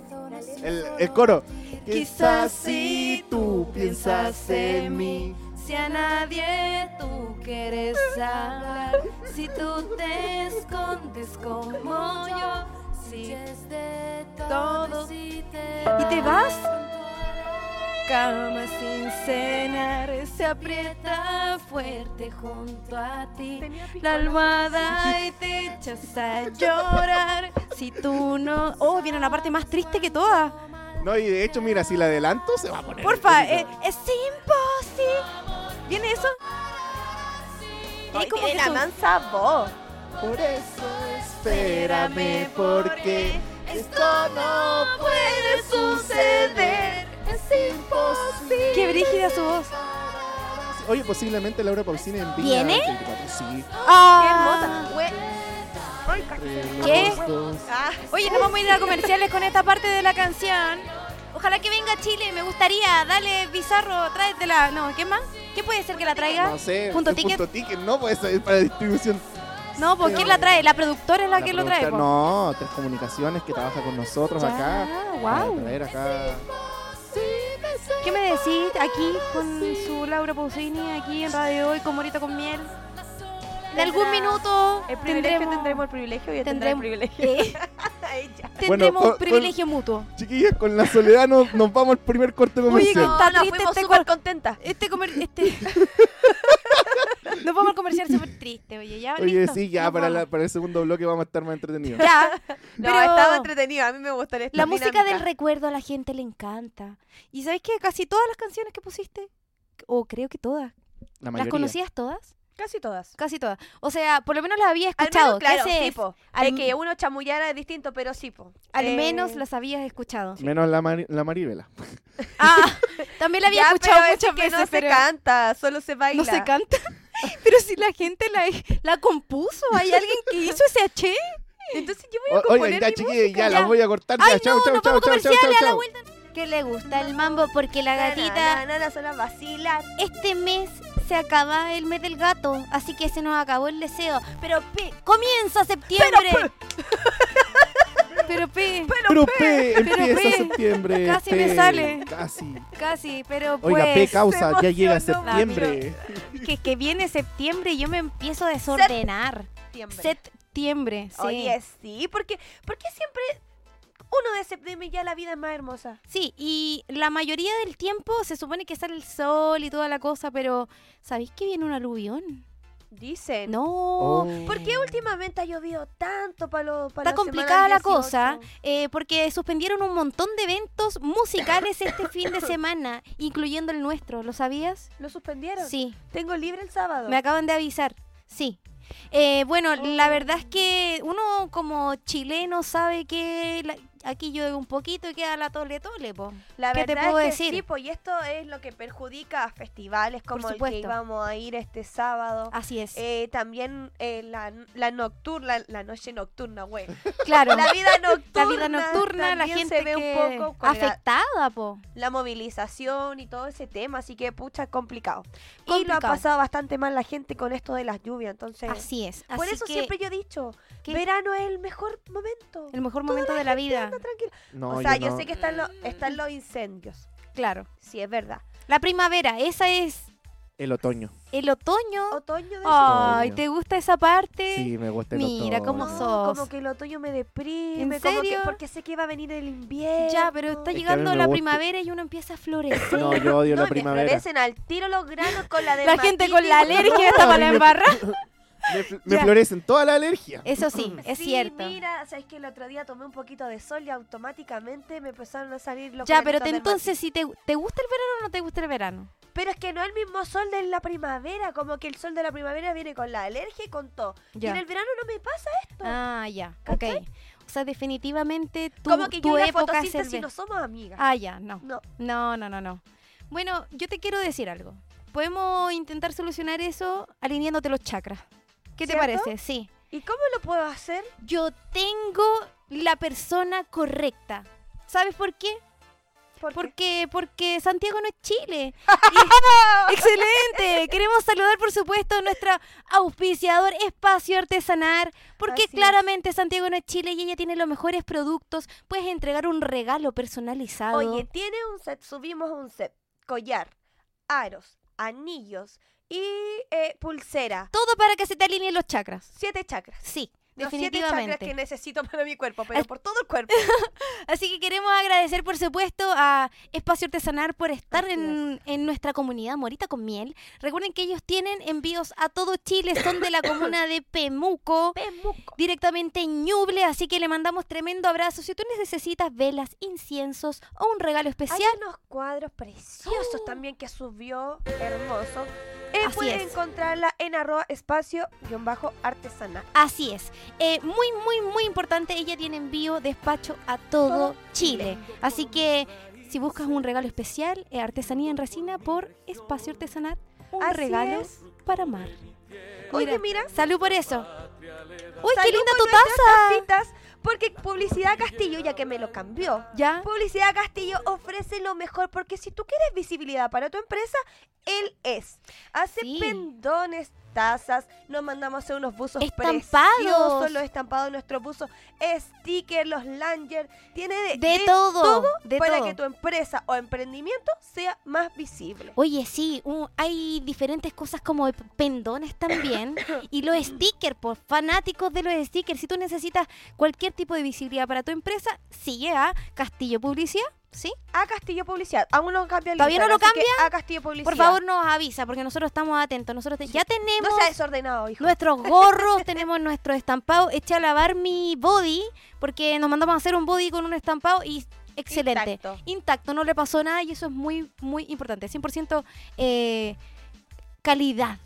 El, el coro. Quizás si tú piensas en mí, si a nadie tú quieres hablar, si tú te escondes como yo, si es de todo, si te ¿Y te vas? Cama sin cenar se aprieta fuerte junto a ti. La almohada y te echas a llorar. Si tú no. Oh, viene una parte más triste que todas. No, y de hecho, mira, si la adelanto, se va a poner. Porfa, esto, eh, es imposible. ¿Viene eso? Ay, como tiene que la son- mansa voz. Por eso espérame, porque esto no puede suceder. Es imposible. Qué brígida su voz. Oye, posiblemente Laura Pausini en Viña ¿Viene? 24. Sí. Qué Ah. hermosa. Güey. Ay, cacho. ¿Qué? Los dos. Ah, Oye, nos vamos a ir a comerciales con esta parte de la canción. Ojalá que venga a Chile, me gustaría. Dale, Bizarro, tráetela. No, ¿qué más? ¿Qué puede ser que la traiga? No sé. Punto el ticket. Punto ticket no puede ser para distribución. No, ¿por quién la trae? La productora es la, que lo trae. productora- po. No, Tres Comunicaciones que trabaja con nosotros Ya, acá. para guau. traer acá. ¿Qué me decís aquí con su Laura Pausini, aquí en Radio Hoy, con Morito con Miel? En algún minuto el privilegio tendremos, tendremos el privilegio y ella tendrá el tendremos- privilegio. eh, Ay, ya. tendremos con- un privilegio mutuo. Chiquillas, con la soledad nos, nos vamos al primer corte comercial. Está No, nos triste fuimos este súper cor- contentas. Este comer... Este... Nos vamos al comercial súper triste, oye. Ya, Oye, listo, sí, ya nos para, la- vamos. para el segundo bloque vamos a estar más entretenidos. Ya, No, Pero- estaba entretenido. A mí me gusta La música del recuerdo a la gente le encanta. ¿Y sabes que casi todas las canciones que pusiste, o creo que todas, La ¿las mayoría. conocías todas? Casi todas. Casi todas. O sea, por lo menos las Al había escuchado. menos, claro, que ese sí, es- po. al- Es que uno chamullara es distinto, pero sí, po. Al Eh, menos las habías escuchado. Menos la, Mari- la Maribela. Ah, también la había Ya, escuchado pero ese muchas que veces, No se pero canta, solo se baila. no se canta. Pero si la gente la, la compuso, hay alguien que hizo ese H. Entonces yo voy a O- componer Oigan, ya mi chiquillas, ya música, las ya. voy a cortar. Ya, Ay, chau, no, chau, nos chau, vamos chau, chau, comerciales a la chau. vuelta. Que le gusta el mambo porque la Na, na, na, na, sola vacilar. Este mes se acaba el mes del gato, así que se nos acabó el deseo. Pero pe- comienza septiembre. Pero, Pero P, Pero P pero empieza P. septiembre. Casi P, me sale. Casi. casi, pero pues. Oiga, P causa, ya llega emocionó. septiembre. que, que viene septiembre y yo me empiezo a desordenar. septiembre. Septiembre, sí. Oye, sí, porque, porque siempre uno de septiembre ya la vida es más hermosa. Sí, y la mayoría del tiempo se supone que sale el sol y toda la cosa, pero ¿sabéis que viene un aluvión? Dicen. No. Oh. ¿Por qué últimamente ha llovido tanto para los Está complicada la cosa eh, porque suspendieron un montón de eventos musicales este fin de semana, incluyendo el nuestro. ¿Lo sabías? ¿Lo suspendieron? Sí. Tengo libre el sábado. Me acaban de avisar. Sí. Eh, bueno, Oh. la verdad es que uno como chileno sabe que la- aquí llueve un poquito y queda la tole tole, po. La ¿Qué verdad te puedo es que decir? sí, po, y esto es lo que perjudica a festivales como el que supuesto. íbamos a ir este sábado. Así es. Eh, también eh, la, la nocturna, la noche nocturna, güey. claro. La vida nocturna. La vida nocturna, la también gente se ve que- un poco con la- afectada, po. la movilización y todo ese tema, así que pucha, complicado. Y lo ha Complicado. pasado bastante mal la gente con esto de las lluvias, entonces... Así es. Por Así eso que siempre yo he dicho, ¿Qué? verano es el mejor momento. el mejor momento de la vida, Anda tranquilo. No, o sea, yo, yo, no. sé que están los, están los incendios, claro. sí, es verdad. La primavera, esa es El otoño. el otoño. Otoño de... Ay, otoño. ¿te gusta esa parte? Sí, me gusta el otoño. Mira cómo son. No, como Oh, sos. que el otoño me deprime, ¿En como que- serio? porque sé que va a venir el invierno. Ya, pero está Es que a mí llegando me la gusta- primavera y uno empieza a florecer. No, yo odio No, la y me primavera. florecen al tiro los granos con la la gente con la alergia está para la embarra. Me, fl- me Ya. florecen toda la alergia. Eso sí, es Sí, cierto. Mira, sabes que el otro día tomé un poquito de sol y automáticamente me empezaron a salir los Ya, pero granitos te- del entonces, si te, ¿te gusta el verano o no te gusta el verano? matiz. Pero es que no es el mismo sol de la primavera, como que el sol de la primavera viene con la alergia y con todo. Y Ya. en el verano no me pasa esto. Ah, ya, ok. ¿Cachai? O sea, definitivamente tu, como que tu yo en la época es el fotosíntesis ver- no somos amigas. Ah, ya, no. No, No, no, no, no. Bueno, yo te quiero decir algo. Podemos intentar solucionar eso alineándote los chakras. ¿Qué te ¿Cierto? parece? Sí. ¿y cómo lo puedo hacer? Yo tengo la persona correcta. ¿Sabes por qué? Porque Porque, porque Santiago no es Chile. Y- Excelente. Queremos saludar, por supuesto, a nuestra auspiciador Espacio Artesanar. Porque Así es. claramente Santiago no es Chile y ella tiene los mejores productos. Puedes entregar un regalo personalizado. Oye, tiene un set, subimos un set, collar, aros, anillos y eh, pulsera. todo para que se te alineen los chakras. Siete chakras. Sí, Los siete chakras que definitivamente. necesito para mi cuerpo, pero Ay. por todo el cuerpo. Así que queremos agradecer, por supuesto, a Espacio Artesanar por estar Así en, en nuestra comunidad Morita con Miel. Recuerden que ellos tienen envíos a todo Chile, son de la comuna de Pemuco. Pemuco. directamente en Ñuble, así que le mandamos tremendo abrazo. Si tú necesitas velas, inciensos o un regalo Hay especial, unos cuadros preciosos también que subió, hermoso. Eh, ¡Oh! Así pueden es. encontrarla en arroba espacio guión bajo artesana. así es. Eh, muy, muy, muy importante, ella tiene envío, despacho a todo Todo Chile. Así que si buscas un regalo especial, eh, artesanía en resina por Espacio Artesanal, un Así regalo es. para amar. Oye, mira, Salud por eso. Uy, qué salud linda por tu nuestras taza. tacitas, porque Publicidad Castillo, ya que me lo cambió, Ya. Publicidad Castillo ofrece lo mejor porque si tú quieres visibilidad para tu empresa, él es. Hace Sí. pendones, tazas, nos mandamos hacer unos buzos Estampados. preciosos, los estampados de nuestros buzos, stickers, los langer, tiene de, De de todo, de para todo. que tu empresa o emprendimiento sea más visible. Oye, sí, un- hay diferentes cosas como p- pendones también. y los stickers, por fanáticos de los stickers. Si tú necesitas cualquier tipo de visibilidad para tu empresa, sigue a Castillo Publicidad, ¿sí? A Castillo Publicidad, aún no cambia el ¿Todavía no Instagram, lo así que A Castillo Publicidad. Por favor, nos avisa, porque nosotros estamos atentos. Nosotros te- ya no tenemos sea desordenado, hijo. nuestros gorros, tenemos nuestro estampado. Eché a lavar mi body, porque nos mandamos a hacer un body con un estampado y... Excelente. Intacto. Intacto, no le pasó nada y eso es muy, muy importante. 100% eh, calidad.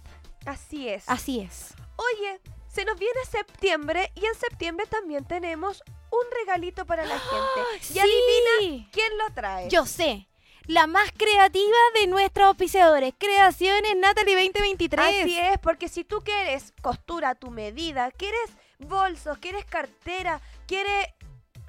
Así es. Así es. Oye, se nos viene septiembre y en septiembre también tenemos un regalito para la gente. Y adivina Sí. quién lo trae. Yo sé. La más creativa de nuestros auspiciadores. Creaciones Natalie 2023. Así es, porque si tú quieres costura a tu medida, quieres bolsos, quieres cartera, quieres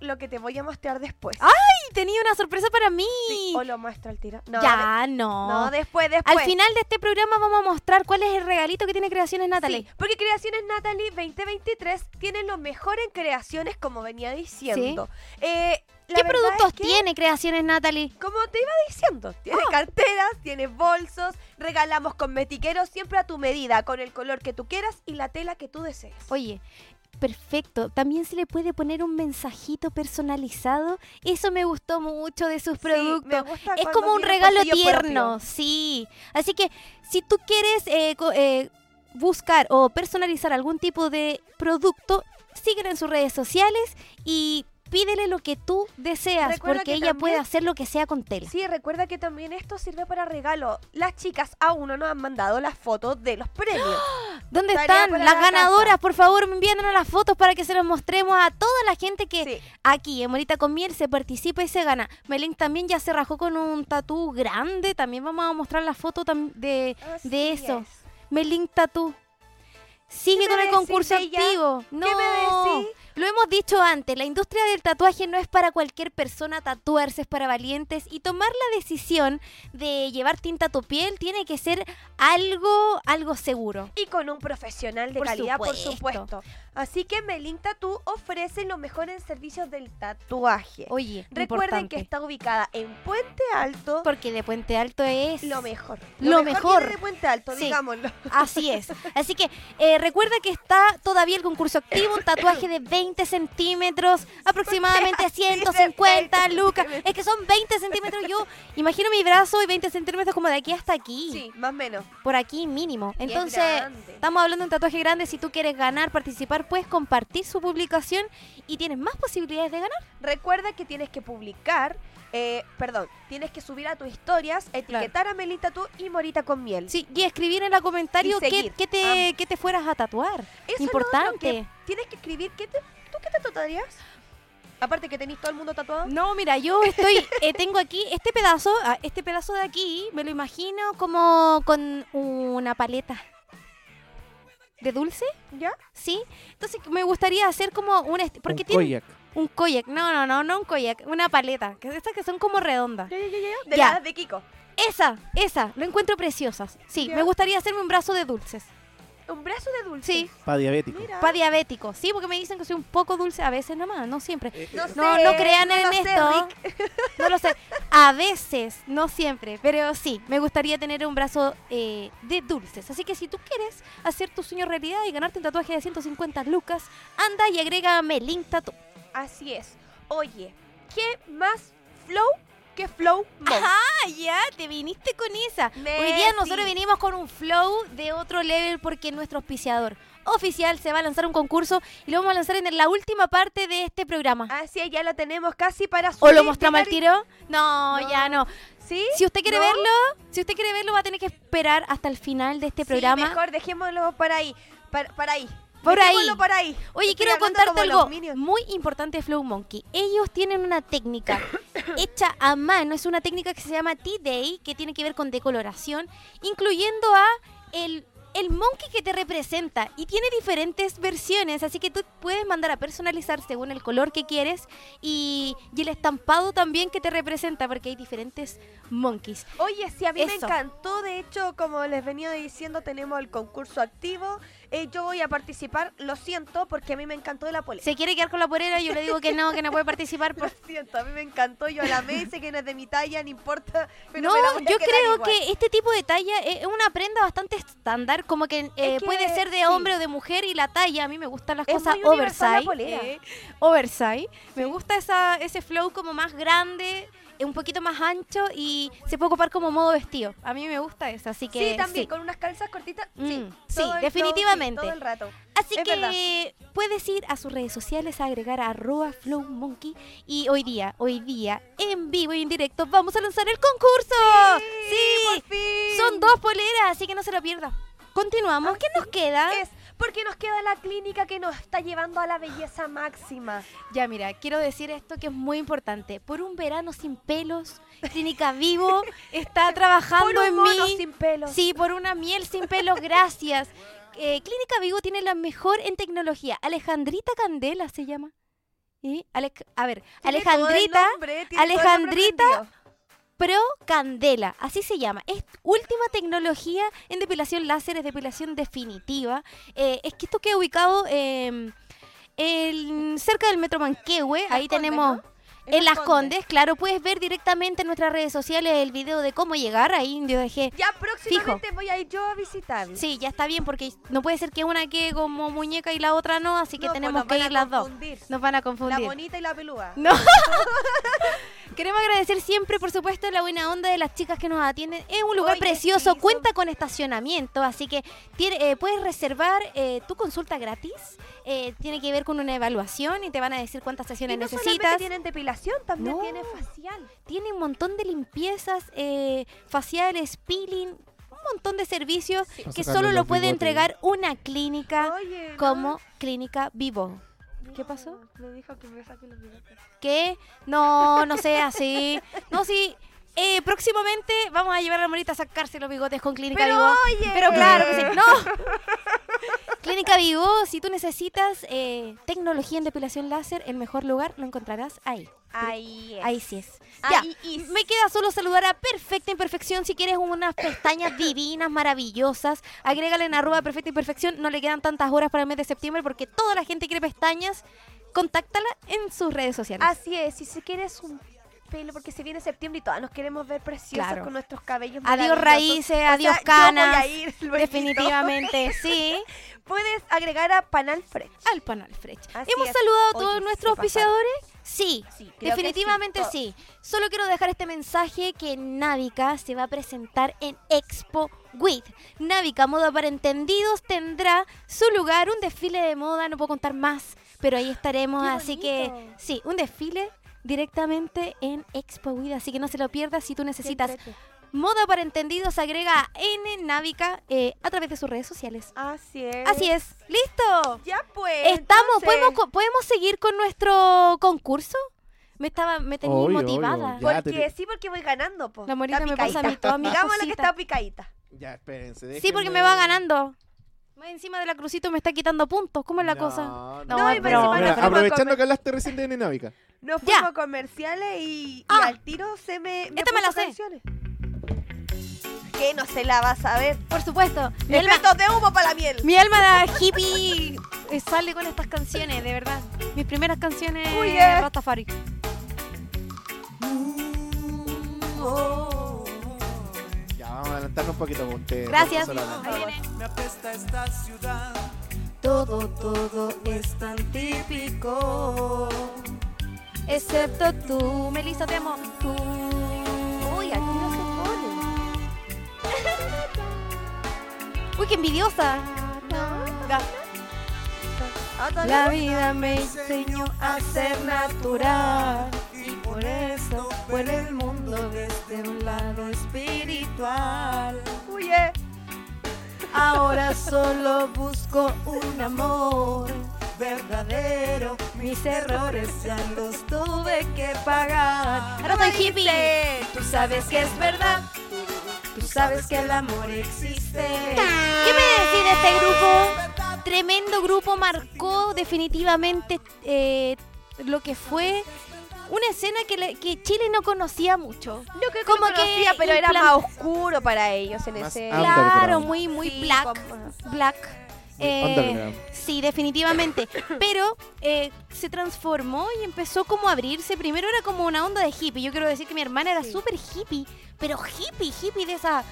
lo que te voy a mostrar después. ¡Ay, tenía una sorpresa para mí! Sí, O lo muestro al tiro. No, de- ya, no. no, después, después. Al final de este programa vamos a mostrar cuál es el regalito que tiene Creaciones Natalie. Sí, porque Creaciones Natalie 2023 tiene lo mejor en creaciones, como venía diciendo. Eh, la ¿Qué verdad productos es que, tiene Creaciones Natalie? Como te iba diciendo, tiene Ah. carteras, tiene bolsos, regalamos cosmetiqueros siempre a tu medida, con el color que tú quieras y la tela que tú desees. Oye, perfecto. También se le puede poner un mensajito personalizado. Eso me gustó mucho de sus Sí, me productos. gusta es cuando como un tiene regalo sello propio. tierno, sí. Así que si tú quieres eh, co- eh, buscar o personalizar algún tipo de producto, síguela en sus redes sociales y pídele lo que tú deseas, Recuerda que porque ella puede también- hacer lo que sea con tela. Sí, recuerda que también esto sirve para regalo. Las chicas aún no nos han mandado las fotos de los premios. ¿Dónde Tarea están para las la casa. ganadoras? Por favor, envíennos las fotos para que se las mostremos a toda la gente que Sí. aquí en Morita con Miel se participa y se gana. Melín también ya se rajó con un tatú grande. También vamos a mostrar la foto tam- de, de Así eso. es. Melín Tatú. ¿Qué Sigue me con el decís, concurso Bella? activo. No, decís? lo hemos dicho antes, la industria del tatuaje no es para cualquier persona tatuarse, es para valientes y tomar la decisión de llevar tinta a tu piel tiene que ser algo, algo seguro. y con un profesional de Por calidad, supuesto. por supuesto. Así que Melin Tattoo ofrece lo mejor en servicios del tatuaje. Oye, Recuerden importante, que está ubicada en Puente Alto, porque de Puente Alto es lo mejor. Lo mejor. viene de Puente Alto, Sí. digámoslo. Así es. Así que eh, recuerda que está todavía el concurso activo, un tatuaje de 20 centímetros, aproximadamente 150 lucas. Es que son 20 centímetros. Yo imagino mi brazo y 20 centímetros como de aquí hasta aquí. Sí, más o menos. Por aquí mínimo. Y es Entonces, grande. estamos hablando de un tatuaje grande. Si tú quieres ganar, participar, puedes compartir su publicación y tienes más posibilidades de ganar. Recuerda que tienes que publicar, eh, perdón, tienes que subir a tus historias, eh, etiquetar a Melin Tattoo y Morita con miel. Sí, y escribir en los comentarios qué, seguir. qué te, qué te fueras a tatuar. Eso es lo otro, Importante. que tienes que escribir, ¿qué te, ¿tú qué te tatuarías? Aparte que tenéis todo el mundo tatuado. No, mira, yo estoy, eh, tengo aquí este pedazo, ah, este pedazo de aquí, me lo imagino como con una paleta de dulce, ¿Ya? ¿sí? Entonces me gustaría hacer como un, est- porque un tiene koyak. un koyak, no, no, no, no un koyak, una paleta, que estas que son como redondas. Ya, ya, ya, ya. De Ya. las de Kiko. Esa, esa, lo encuentro preciosas. Sí, Ya. me gustaría hacerme un brazo de dulces. Un brazo de dulce. Sí, Para diabético. Mira. para diabético, sí, porque me dicen que soy un poco dulce a veces nomás, no siempre. Eh, No, No, sé, no crean no en lo sé, esto. Rick. No lo sé. A veces, no siempre, pero sí, me gustaría tener un brazo eh, de dulces. Así que si tú quieres hacer tu sueño realidad y ganarte un tatuaje de 150 lucas, anda y agrega Melin Tattoo. Así es. Oye, ¿qué más flow que flow mode? Ah, ya, te viniste con esa. Hoy Messi. día nosotros vinimos con un flow de otro level porque nuestro auspiciador oficial se va a lanzar un concurso y lo vamos a lanzar en la última parte de este programa. Así es, ya lo tenemos casi para subir. ¿O lo mostramos al llegar y- tiro? No, ya no. ¿Sí? Si usted quiere ¿No? verlo, si usted quiere verlo, va a tener que esperar hasta el final de este Sí, programa. mejor dejémoslo para ahí. Para, para ahí. Por ahí. Dejémoslo para ahí. Oye, Estoy quiero hablando contarte como los algo Minions. muy importante de Flow Monkey. Ellos tienen una técnica hecha a mano, es una técnica que se llama T-Day, que tiene que ver con decoloración, incluyendo a el, el monkey que te representa. Y tiene diferentes versiones, así que tú puedes mandar a personalizar según el color que quieres y, y el estampado también que te representa, porque hay diferentes monkeys. Oye, sí, a mí me Eso. encantó. De hecho, como les venía diciendo, tenemos el concurso activo. Eh, yo voy a participar, lo siento, porque a mí me encantó la polea. Se quiere quedar con la porera, yo le digo que no, que no puede participar Lo por siento, a mí me encantó. Yo la me dice que no es de mi talla, no importa. Pero no, me la voy a yo quedar creo igual. que este tipo de talla es una prenda bastante estándar, como que, eh, que, puede ser de sí. hombre o de mujer y la talla, a mí me gustan las Es cosas muy universal la oversize. polera. eh, oversize. Me gusta esa, ese flow como más grande, eh, un poquito más ancho y se puede ocupar como modo vestido. A mí me gusta eso, así que sí, también, con unas calzas cortitas. sí, Mm, sí, todo el- todo- definitivamente. todo el rato. Así Es que verdad. puedes ir a sus redes sociales a agregar a arroba flowmonkey y hoy día, hoy día, en vivo y en directo, vamos a lanzar el concurso. por fin. Son dos poleras, así que no se lo pierda. Continuamos. ¿Qué nos queda? Es porque nos queda la clínica que nos está llevando a la belleza máxima. Ya, mira, quiero decir esto que es muy importante. Por un verano sin pelos, Clínica Vivo está trabajando Por un en mono mí. sin pelos. Sí, por una miel sin pelos, gracias. Eh, Clínica Vivo tiene la mejor en tecnología. Alejandrita Candela se llama. Y Alex, a ver, Tiene todo el Alejandrita nombre, tiene todo el nombre Alejandrita. prendido. Pro Candela, así se llama. Es última tecnología en depilación láser, es depilación definitiva. Eh, es que esto queda ubicado eh, el- cerca del Metro Manquehue, Condes, ahí tenemos... ¿no? En Las Condes, claro, puedes ver directamente en nuestras redes sociales el video de cómo llegar. Ahí yo dejé Ya próximamente voy a ir yo a visitar. Sí, ya está bien, porque no puede ser que una quede como muñeca y la otra no, así que No, pues tenemos nos que van a ir las dos. confundir. Nos van a La confundir. bonita y la pelúa. No. Queremos agradecer siempre, por supuesto, la buena onda de las chicas que nos atienden. Es un lugar Oye, precioso, sí, cuenta con estacionamiento, así que tiene- eh, puedes reservar eh, tu consulta gratis. Eh, tiene que ver con una evaluación y te van a decir cuántas Y sesiones no solamente necesitas. tienen depilación, también No. tienen facial. tiene un montón de limpiezas eh, faciales, peeling, un montón de servicios Para sacarle que solo lo los puede bigotes. entregar una clínica Oye, ¿no? como Clínica Vivo. ¿Qué pasó? Me dijo que me saque los bigotes. Que no, no sea así. No, sí. eh, próximamente vamos a llevar a la morita a sacarse los bigotes con Clínica Pero Vivo. oye. Pero claro que sí. ¡No! Clínica Vivo, si tú necesitas eh, tecnología en depilación láser, el mejor lugar lo encontrarás ahí. Ahí es. Ahí sí es. Ahí ya. is. Me queda solo saludar a Perfecta Imperfección. Si quieres unas pestañas divinas, maravillosas, agrégale en arroba Perfecta Imperfección. No le quedan tantas horas para el mes de septiembre porque toda la gente quiere pestañas. Contáctala en sus redes sociales. Así es, si se quieres un pelo, porque se viene septiembre y todas nos queremos ver preciosas Claro. con nuestros cabellos Adiós maravillosos. raíces, O sea, adiós yo voy a canas. ir, Luisito. Definitivamente, sí. Puedes agregar a Panal Fresh. Al panel Frech. Así ¿Hemos es. saludado a Oye, todos se nuestros pasaron. auspiciadores? Sí, Sí, creo que definitivamente sí, sí. Solo quiero dejar este mensaje que Návica se va a presentar en Expo WIT. Návica, moda para entendidos, tendrá su lugar, un desfile de moda, no puedo contar más, pero ahí estaremos, Qué así que bonito. sí, un desfile directamente en Expo WIT, así que no se lo pierdas si tú necesitas. entrete. Moda para entendidos agrega a N Návica eh, a través de sus redes sociales. Así es. Así es, listo. Ya pues. Estamos, entonces, ¿podemos, co- podemos seguir con nuestro concurso? Me estaba, me tenía Obvio, motivada. obvio, Ya, Porque te- sí, porque voy ganando, po. La morita Está me pasa a mí picadita. todas mis Digámosle que cositas. está picadita. Ya, espérense. Sí, porque me déjenme- va ganando. Más encima de la crucito me está quitando puntos. ¿Cómo es la cosa? No, No, No, es y broma. parece Mira, para la aprovechando comer. que hablaste recién de Nenávica. Nos Ya. fuimos a comerciales y, y Ah. al tiro se me. Esta me la sé. Que no se la vas a ver. Por supuesto. Mi alma, Efectos de humo para la miel. mi alma de hippie eh, sale con estas canciones, de verdad. Mis primeras canciones Uy, de eh. Rastafari. Ya, vamos a adelantarnos un poquito pues, con ustedes. Gracias. Nosotros solamente. Ahí viene. Me apesta esta ciudad. Todo, todo es tan típico. Excepto tú, Melissa, te amo. Tú. Uy, aquí no se pone. Uy, qué envidiosa. Ah, todavía La vida me enseñó a ser natural. Y por eso vuelve el mundo desde un lado espiritual. no. Uy, eh. Ahora solo busco un amor verdadero. Mis errores ya los tuve que pagar. Ahora soy hippie. Tú sabes que es verdad. Tú sabes que el amor existe. ¿Qué me decís de este grupo? Tremendo grupo, marcó definitivamente eh, lo que fue una escena que, le- que Chile no conocía mucho. Yo creo que Como como que conocía, pero era implan- más oscuro para ellos en Más ese. am- Underground. Claro, muy, muy Sí, black. como- black. Muy Eh, underground. sí, definitivamente. Pero eh, se transformó y empezó como a abrirse. Primero era como una onda de hippie. Yo quiero decir que mi hermana era Sí. súper hippie, pero hippie, hippie de esa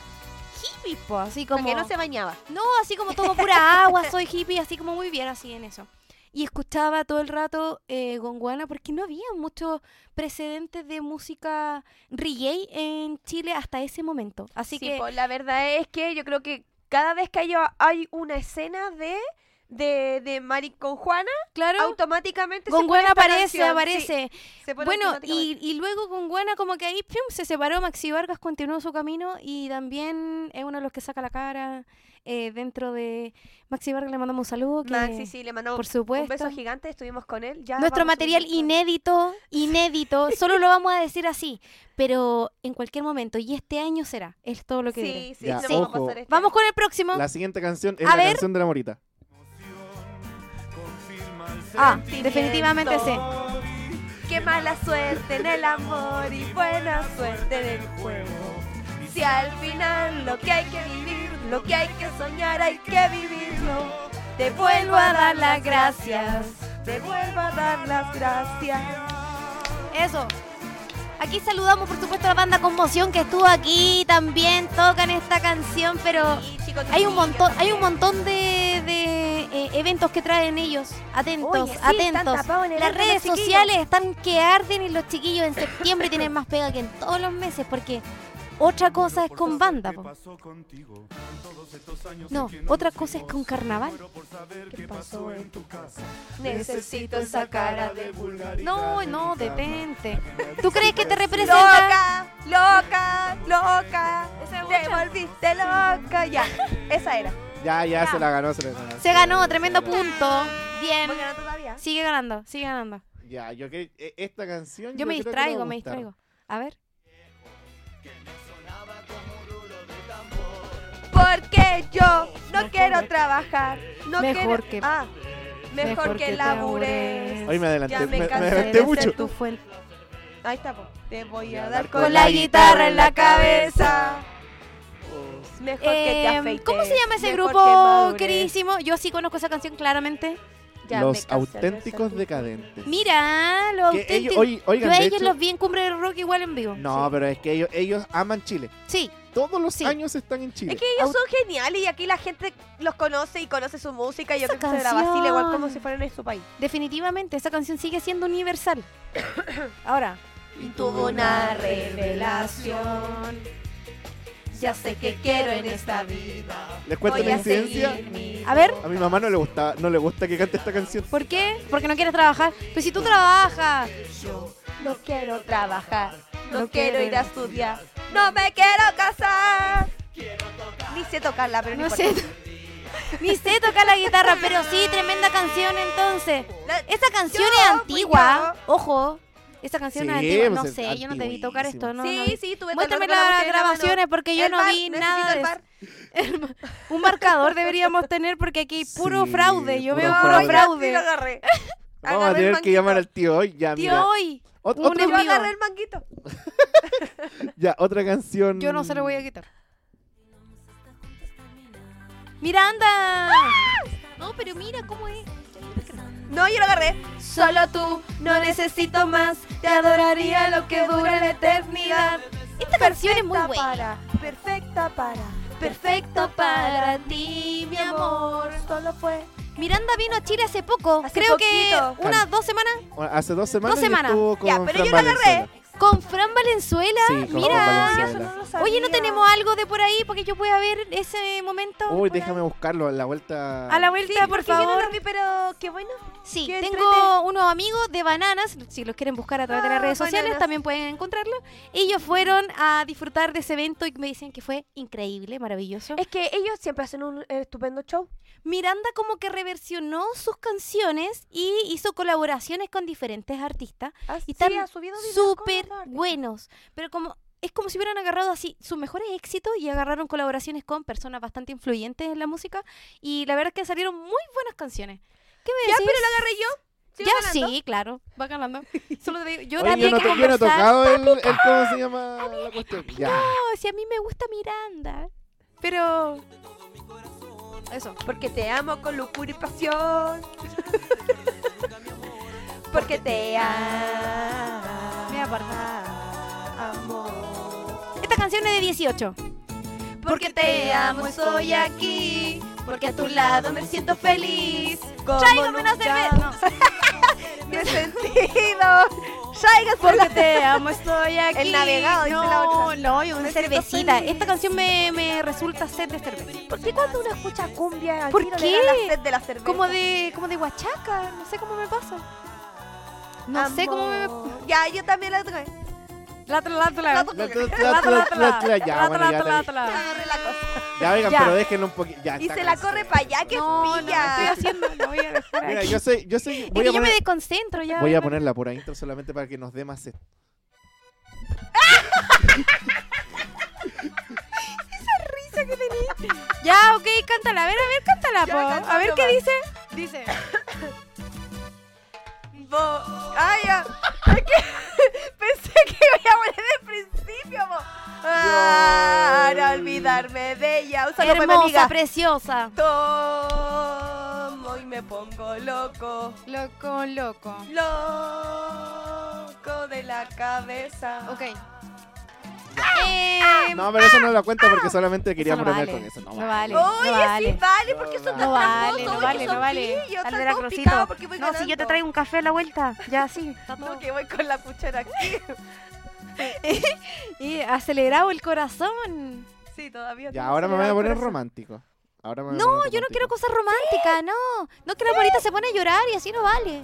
hippie, po, así como... que no se bañaba. No, así como todo pura agua, soy hippie, así como muy bien, así en eso. Y escuchaba todo el rato eh, Gonguana porque no había muchos precedentes de música reggae en Chile hasta ese momento. Así Así que que la verdad es que yo creo que cada vez que hay, hay una escena de de, de Maricón Juana, claro, automáticamente se pone Gonguana esta aparece, canción. aparece. Sí, se pone Bueno, automáticamente. y, y luego Gonguana como que ahí ¡pium! se separó, Maxi Vargas continuó su camino y también es uno de los que saca la cara eh, dentro de... Maxi Vargas le mandamos un saludo. Que... Maxi sí le mandó por un supuesto. beso gigante, estuvimos con él. Ya Nuestro vamos a subir material nuestro- inédito, inédito, solo lo vamos a decir así, pero en cualquier momento, y este año será, es todo lo que diré. Sí, sí, Ya, lo vamos a ojo. pasar este Vamos con el próximo. La siguiente canción es A la ver. canción de la morita. Confirma el Ah, sentimiento. definitivamente sí. sentido. Qué mala suerte en el amor y buena suerte en el juego. Si al final lo que hay que vivir, lo que hay que soñar, hay que vivirlo. Te vuelvo a dar las gracias. Te vuelvo a dar las gracias. Eso. Aquí saludamos, por supuesto, a la banda Conmoción que estuvo aquí también. Tocan esta canción, pero Y, chicos, hay un chiquillas, montón, hay un montón de, de, eh, eventos que traen ellos. Atentos, Oye, sí, están atentos. tapados en el Las horno, redes chiquillos. sociales están que arden y los chiquillos en septiembre tienen más pega que en todos los meses porque otra cosa es con banda. po. No, otra cosa es con carnaval. ¿Qué pasó en tu casa? Necesito esa cara de No, no, detente. ¿Tú crees que te representa? Loca, loca, loca. Te volviste loca. Ya, esa era. Ya, ya, se la ganó, se la ganó. Se ganó, tremendo punto. Bien. Voy ganando todavía. Sigue ganando, sigue ganando. Ya, yo que e- esta canción. Yo me creo que le va distraigo, a me gustar. distraigo. A ver. Porque yo no quiero trabajar. No Mejor quiero... que- Ah, mejor, mejor que, que labures. Hoy me adelanté, Ya me me, me cansé adelanté de mucho. ser Tu fuente. Ahí está, po. Te voy a Ya, dar dar con, con la la guitarra en la cabeza. Em, Mejor que te Eh, afeites. ¿Cómo se llama ese mejor que grupo, madures. queridísimo? Yo sí conozco esa canción claramente. Ya, me Los cansé de ser auténticos tú. decadentes. Mira, los Que ellos, auténticos- oy- oigan, Yo a de ellos hecho- los vi en Cumbre del Rock igual en vivo. No, pero es que ellos, ellos aman Chile. Sí, Todos los Sí. años están en Chile. Es que ellos son geniales y aquí la gente los conoce y conoce su música y yo Esa creo que se la vacila igual como canción. si fueran en su país. definitivamente, esa canción sigue siendo universal. Ahora, Y tuvo una revelación. Ya sé que quiero en esta vida. Les cuento Voy una a incidencia. seguir mi- a ver, A mi mamá no le gusta, no le gusta que cante esta canción. ¿por qué? Porque no quieres trabajar. Pues si tú trabajas. No quiero trabajar, no, No quiero ir quiero. a estudiar, no me quiero casar. Ni sé tocarla, pero no, No sé. importa. Ni sé tocar la guitarra, pero sí, tremenda canción entonces. La- Esa canción Yo es fui antigua. Ojo. Esa canción es pues, Sí, antigua. No pues es sé, yo no te vi tocar esto. No, no sí, vi. sí, tuve Muéstrame contacto las con mujer en la mano. grabaciones porque yo El no bar, vi necesito nada el de bar. Un marcador deberíamos tener porque aquí hay puro Sí, fraude. Yo puro veo No, puro ya fraude. sí lo agarré. Vamos a Agarré el tener que llamar al tío hoy. Ya, Tío, mira. hoy. Ot- un otra, Yo envío. agarré el manguito. ya, otra canción. Yo no se lo voy a quitar. Miranda. No, pero mira cómo es. No, yo lo agarré. Solo tú, no necesito más. Te adoraría lo que dure la eternidad. Esta canción es muy Perfecta buena. para, perfecta para, Perfecto para ti, mi amor. Solo fue. Miranda vino a Chile hace poco. Hace creo poquito. que unas dos semanas Hace dos semanas. Dos y semanas. estuvo con Ya, pero Fran yo la agarré. Valenzuela. con Fran Valenzuela. Sí, con mira. Fran Eso no Valenzuela. lo sabía. Oye, ¿no tenemos algo de por ahí? Porque yo pueda ver ese momento. Uy, por ahí. déjame buscarlo en la vuelta. A la vuelta, por Que yo no favor. lo vi, pero qué bueno. Sí, Qué tengo entrete. unos amigos de bananas, si los quieren buscar a través de las Ah, redes sociales, Bananas. también pueden encontrarlo. Ellos fueron a disfrutar de ese evento y me dicen que fue increíble, maravilloso. Es que ellos siempre hacen un estupendo show. Miranda como que reversionó sus canciones y hizo colaboraciones con diferentes artistas, Así Y están Ah, ha subido videos con súper otros artistas. buenos, pero como es como si hubieran agarrado así sus mejores éxitos y agarraron colaboraciones con personas bastante influyentes en la música y la verdad es que salieron muy buenas canciones. ¿Qué me Ya, decís? pero lo agarré yo. ¿Sigo Ya ganando? sí, claro, va ganando. Solo te digo, yo Oye, yo también no, que to- yo no he conversar. tocado el, el- ¿Cómo se llama la cuestión? Ya. No, si a mí me gusta Miranda. Pero. Eso. Porque te amo con locura y pasión. Porque te amo. Me aparta. Amor. Esta canción es de 18. Porque te amo, estoy aquí. Porque a tu lado me siento feliz. Como Tráigame una nunca cerveza. No. Tiene sentido. Tráigase Porque la- te amo, estoy aquí. El navegado, dice no, la otra. No, yo una Me siento cervecita. feliz. Esta canción me, me resulta ser de cerveza. ¿Por qué cuando uno escucha cumbia al ¿Por tiro le qué? da la sed de la cerveza? Como de, como de huachaca. No sé cómo me pasa. No sé cómo me. Amor. Ya, yo también la Ah. toqué. La, la, la, la, La to- La- la- la- la, la- la- la- la, Ya, bueno, ya. la, la- la, la. Agarré "Ah, la cosa. Ya, oigan, Ya. pero déjenlo un poquito. Ya, Y está se la cansado. corre para allá, que No, no, no estoy pilla. haciendo, no voy a dejar Mira, aquí. yo sé, yo sé. Es Voy que a yo me poner, desconcentro ya. voy a bueno. poner la pura intro solamente para que nos dé más sed. Ya, ok, cántala. A ver, a ver, cántala, Ya, po. cántala A ver qué nomás. dice. Dice. po. Ay, ya. Es que pensé que iba a poner desde el principio, po. Para olvidarme de ella. Un saludo para mi Hermosa, amiga. preciosa. Tomo y me pongo loco. Loco, loco. Loco de la cabeza. Ok. Ah, Eh, No, pero eso no lo cuento porque solamente quería no bromear vale, con eso. No, no vale. vale. Oye, no vale. sí vale, porque son tan No tramposos, vale, no oye, vale, son no vale. pillos, Al están de la todos Crosito. picados porque voy No, si yo te ganando. traigo un café a la vuelta. Ya, sí. está todo. No, que voy con la cuchara aquí. Y acelerado el corazón. Sí, todavía. Ya, tengo ahora me voy a acelerado poner el corazón. romántico. Ahora me voy a No, poner yo no quiero romántico. cosas románticas, no. No que la morita se pone a llorar y así no vale.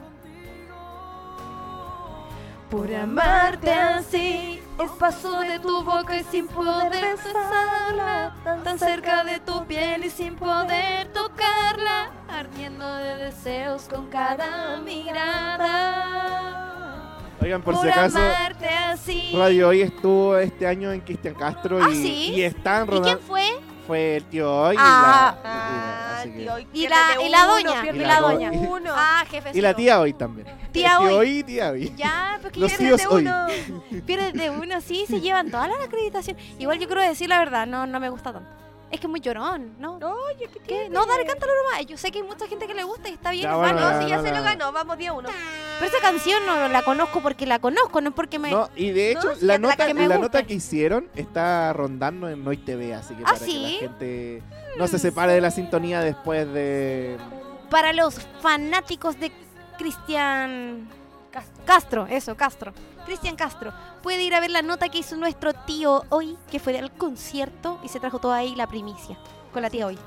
Por amarte así, el paso de tu boca y sin poder besarla, tan cerca de tu piel y sin poder tocarla, ardiendo de deseos con cada mirada. Oigan, por si acaso, amarte así. Radio Hoy estuvo este año en Cristian Castro y, Ah, ¿sí? y están ¿Y quién rodando. fue? Fue el tío Hoy Ah. y la, Ah, así que- tío, y Y pierde la- y la uno, doña, pierde y la uno. doña. Uno. Ah, jefe. y la tía Hoy también. Tía El Hoy. Tío Hoy y tía Hoy. Ya, pues que Los pierden tíos de hoy. uno. Pierden de uno, sí, se llevan toda la acreditación. Igual yo quiero decir la verdad, no, no me gusta tanto. Es que es muy llorón, ¿no? No, Oye, ¿qué ¿Qué? tiene? No, dale, cántalo nomás. Yo sé que hay mucha gente que le gusta y está bien, Ya, es bueno, válido. No, si ya no, se no. lo ganó, vamos 10-1. Pero esa canción no la conozco porque la conozco, no porque me... No, y de hecho, No, la, sí, la que nota, me la gusta. nota que hicieron está rondando en Noy TV, así que ¿Ah, para sí? Mm. que la gente no se separe de la sintonía después de. Para los fanáticos de Cristian Castro. Castro, eso, Castro. Cristian Castro, puede ir a ver la nota que hizo nuestro tío hoy, que fue al concierto y se trajo toda ahí la primicia con la tía hoy.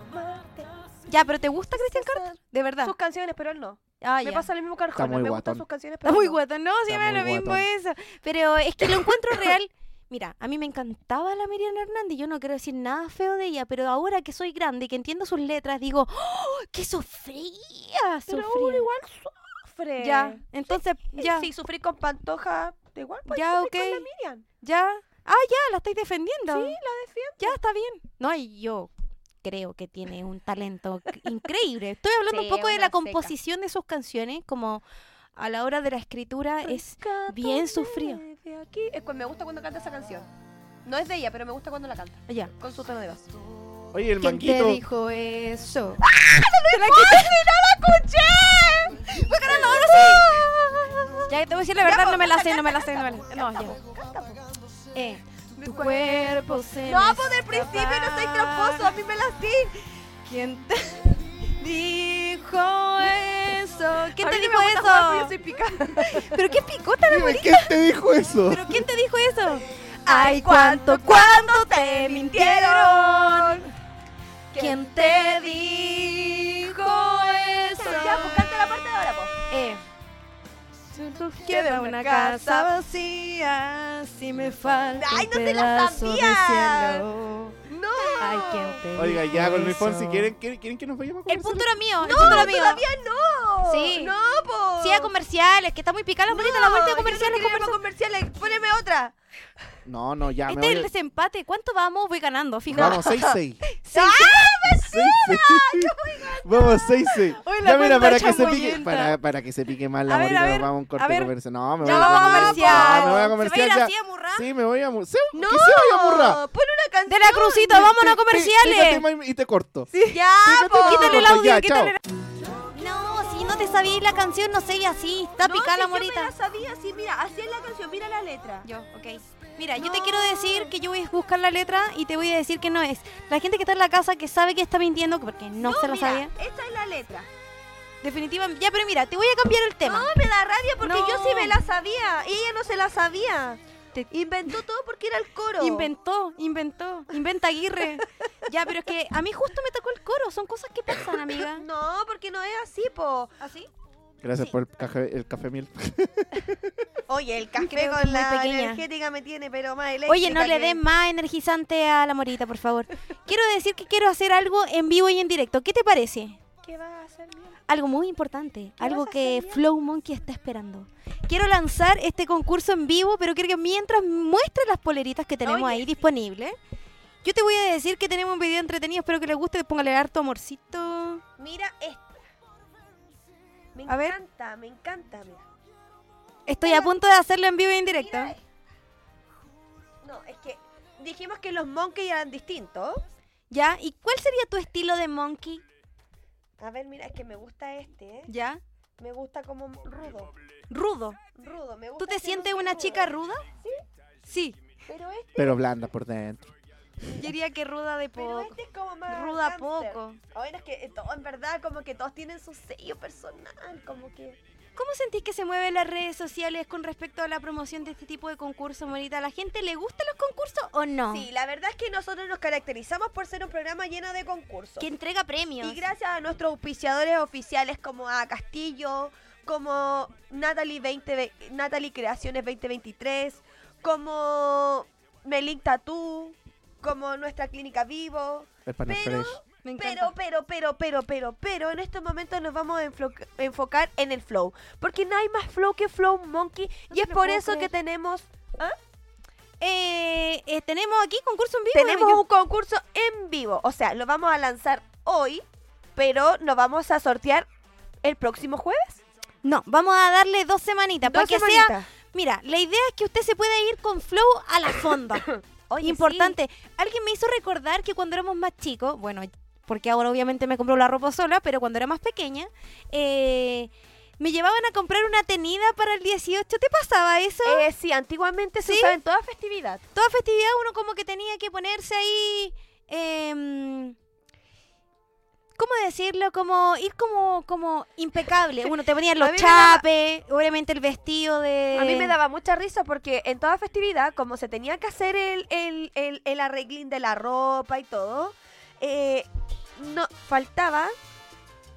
Ya, pero ¿te gusta Cristian Castro? De verdad. Sus canciones, pero él no. Ah, Me ya. pasa lo mismo que Arjona. Está muy Me gustan guatón. sus canciones, pero Está muy no. guatón, no, siempre muy lo mismo guatón. eso. Pero es que lo encuentro real. Mira, a mí me encantaba la Miriam Hernández, yo no quiero decir nada feo de ella, pero ahora que soy grande y que entiendo sus letras, digo, ¡Oh, ¡qué sufría! Pero sufría". uno igual sufre. Ya, entonces, ya, Si Eh, sufrí con Pantoja, de igual puedes Ya, sufrir ok. con la Miriam. ya. Ah, ya, la estáis defendiendo. Sí, la defiendo. Ya, está bien. No, y yo creo que tiene un talento c- increíble. Estoy hablando Sí, un poco de una la seca. composición de sus canciones, como a la hora de la escritura es... bien sufrió. Rescátame de aquí. Es cu- me gusta cuando canta esa canción. No es de ella, pero me gusta cuando la canta. Ya. Con su tono de voz. Oye, el ¿Quién te manguito. dijo eso? Ya te voy a decir la verdad, po, no me la canta, sé, no me la canta, sé, no me canta, la No, canta, ya. po, canta, po. Eh, Tu cuerpo se No, me pues del principio no soy escapa. tramposo, a mí me la di. ¿Quién te dijo eso? A ¿Quién mí te no dijo me gusta jugar porque Yo eso? soy picada. ¿Pero qué picota la Dime, ¿Quién te dijo eso? ¿Pero quién te dijo eso? Ay, cuánto, cuánto te mintieron. ¿Quién te dijo eso? Ya, pues canta la parte de ahora, po. Eh, Queda una casa vacía si me falta Ay, un no se la pedazo de sabía. cielo. No. Ay, ¿quién te Oiga, ya, dijo con Luis Fonsi, eso? ¿quieren, quieren, quieren que nos vayamos a el punto era mío, el No, punto era mío. todavía no. Sí. No, po. Sí, a comerciales, que está muy picada la bonita, No, la vuelta de yo no comerciales. quiero ir a comerciales. comerciales. Poneme otra. No, no, ya, Ah, me Este es el voy. desempate. ¿Cuánto vamos? Voy ganando, fijo. Vamos, 6-6. Sí, Vamos, 6-6. Hoy la Ya, mira, cuenta para que, se pique, chamuyenta. para, para que se pique más la A ver, morita, a nos ver, vamos a un corte a ver. comercial. No, me Ya voy vamos a comercial. comercial. No, me voy a Se va a comercial. ir ya. así a murrar. Sí, me voy a murrar. No. Que se vaya a murrar. Oh, Pon una canción. De la crucito, vámonos a Pégate, comerciales. Maime, este Y te corto. Ya, Pégate, po. y te Quítale el corto, ya, audio, quítale chao. el- No, si no te sabía la canción, no sé, y así. Está No, picada si la Yo me morita. la sabía, sí, mira, así es la canción, mira la letra. Yo, ok. Mira, yo te quiero decir que yo voy a buscar la letra y te voy a decir que no es. La gente que está en la casa que sabe que está mintiendo porque no, se la mira, sabía. Esta es la letra. Definitivamente. Ya, pero mira, te voy a cambiar el tema. No, me da rabia porque No. yo sí me la sabía. Y ella no se la sabía. Te- Inventó todo porque era el coro. Inventó, inventó, inventa Aguirre. ya, pero es que a mí justo me tocó el coro. Son cosas que pasan, amiga. No, porque no es así, po. ¿Así? Gracias por el café, el café miel. Oye, el café Creo que con es muy la pequeña. energética me tiene, pero más eléctrica. Oye, no le que- den más energizante a la morita, por favor. Quiero decir que quiero hacer algo en vivo y en directo. ¿Qué te parece? ¿Qué vas a hacer, mira? Algo muy importante, algo vas a hacer, que Mia? Flow Monkey está esperando. Quiero lanzar este concurso en vivo, pero quiero que mientras muestre las poleritas que tenemos Oye, ahí disponibles, yo te voy a decir que tenemos un video entretenido, espero que les guste, póngale harto amorcito. Mira esta. Me A ver. encanta, me encanta, mira. Estoy a punto de hacerlo en vivo y en directo. Mira, No, es que dijimos que los monkeys eran distintos. ¿Ya? ¿Y cuál sería tu estilo de monkey? A ver, mira, es que me gusta este, ¿eh? ¿Ya? Me gusta como rudo. Rudo. Rudo, me gusta. ¿Tú te que no sientes sea una rudo. chica ruda? Sí. Pero este, Pero blanda por dentro. Yo diría que ruda de pero poco. este es como más. Ruda gangster. poco. Ahora es que eh, todo, en verdad, como que todos tienen su sello personal. Como que. ¿Cómo sentís que se mueven las redes sociales con respecto a la promoción de este tipo de concursos, Morita? ¿A la gente le gustan los concursos o no? Sí, la verdad es que nosotros nos caracterizamos por ser un programa lleno de concursos. Que entrega premios. Y gracias a nuestros auspiciadores oficiales como a Castillo, como Natalie, 20, ve- Natalie Creaciones 2023, como Melin Tattoo, como nuestra clínica Vivo. El panel Pero- fresh. Me encanta. Pero, pero, pero, pero, pero, pero en estos momentos nos vamos a enflo- enfocar en el flow. Porque no hay más flow que Flow Monkey. No y te es lo por puedo eso que creer. tenemos, Eh, eh, tenemos aquí concurso en vivo. tenemos Yo- un concurso en vivo. O sea, lo vamos a lanzar hoy, pero nos vamos a sortear el próximo jueves. No, vamos a darle dos semanitas. para Dos que sea. semanitas. Mira, la idea es que usted se pueda ir con flow a la fonda. Oye, Importante. Alguien me hizo recordar que cuando éramos más chicos, bueno, porque ahora obviamente me compro la ropa sola, pero cuando era más pequeña, eh, me llevaban a comprar una tenida para el 18. ¿Te pasaba eso? sí. Eh, sí, antiguamente se ¿Sí? usaba en toda festividad. Toda festividad uno como que tenía que ponerse ahí... em, ¿Cómo decirlo? Como ir como, como impecable. Uno te ponía A los mí me daba- chapes, obviamente el vestido de... A mí me daba mucha risa porque en toda festividad, como se tenía que hacer el, el, el- el arreglín de la ropa y todo, eh, no faltaba,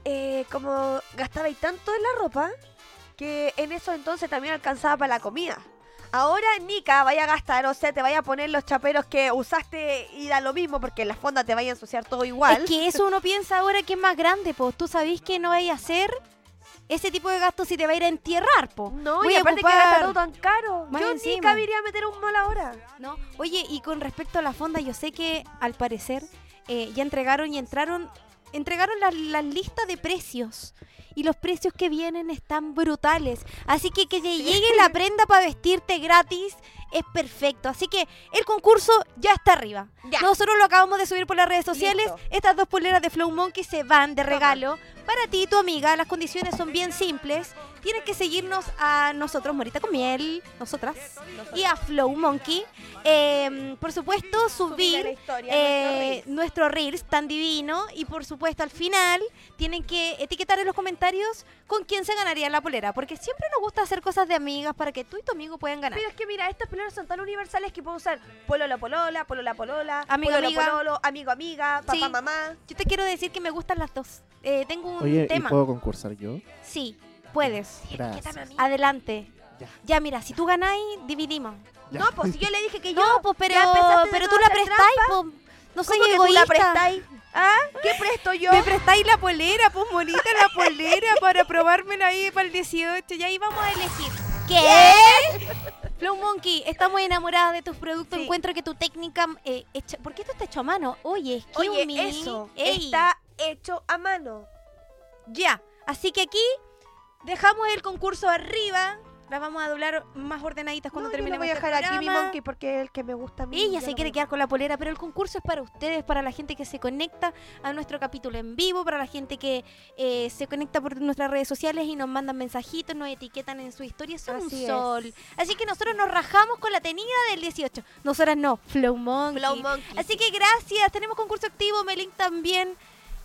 eh, como gastaba y tanto en la ropa, que en eso entonces también alcanzaba para la comida. Ahora, Nica, vaya a gastar, o sea, te vaya a poner los chaperos que usaste y da lo mismo porque en la fonda te vaya a ensuciar todo igual. Es que eso uno piensa ahora que es más grande, pues tú sabés que no vais a hacer ese tipo de gastos si te va a ir a entierrar, pues. no, voy y a aparte que ocupar- gasta todo tan caro. más Yo, encima. Nica, me iría a meter un mall ahora. ¿no? Oye, y con respecto a la fonda, yo sé que al parecer eh, ya entregaron y entraron, entregaron la, la lista de precios. Y los precios que vienen están brutales. Así que que te llegue la prenda para vestirte gratis es perfecto. Así que el concurso ya está arriba. Ya. Nosotros lo acabamos de subir por las redes sociales. Listo. Estas dos poleras de Flow Monkey se van de regalo para ti y tu amiga. Las condiciones son bien simples. Tienes que seguirnos a nosotros, Morita con Miel, nosotras, y a Flow Monkey. Eh, por Subir a la supuesto, subir historia, nuestro eh, Reels. nuestro Reels tan divino. Y por supuesto, al final tienen que etiquetar en los comentarios con quién se ganaría la polera. Porque siempre nos gusta hacer cosas de amigas para que tú y tu amigo puedan ganar. Pero es que mira, estos poleros son tan universales que puedo usar polola, polola, polola, polola, Amigo, pololo, amiga. pololo, amigo, amiga, papá, Sí. mamá. Yo te quiero decir que me gustan las dos. Eh, tengo un Oye, ¿y tema. puedo concursar yo? Sí, puedes. Gracias. Adelante. Ya. Ya, mira, si tú ganáis, dividimos. Ya. No, pues si yo le dije que yo. no, pues, pero, ya empezaste de pero tú nuevo la a hacer prestáis, pues. No soy ¿Cómo que tú egoísta. la prestáis? ¿Ah? ¿Qué presto yo? Me prestáis la polera, pues, bonita la polera para probármela ahí para el 18. Y ahí vamos a elegir. ¿Qué? Flow Monkey, estamos enamoradas de tus productos. Sí. Encuentro que tu técnica. eh, hecha- ¿Por qué esto está hecho a mano? Oye, es que Oye, eso está hecho a mano. Ya. Así que aquí dejamos el concurso arriba. Las vamos a doblar más ordenaditas cuando No, yo terminemos lo voy a este dejar aquí mi programa. monkey porque es el que me gusta a mí. yo Ella se no quiere me- quedar con la polera, pero el concurso es para ustedes, para la gente que se conecta a nuestro capítulo en vivo, para la gente que eh, se conecta por nuestras redes sociales y nos mandan mensajitos, nos etiquetan en su historia. Son Así un es. sol. Así que nosotros nos rajamos con la tenida del 18. Nosotras no, Flow Monkey. Flow monkey. Así que gracias, tenemos concurso activo, Melink también.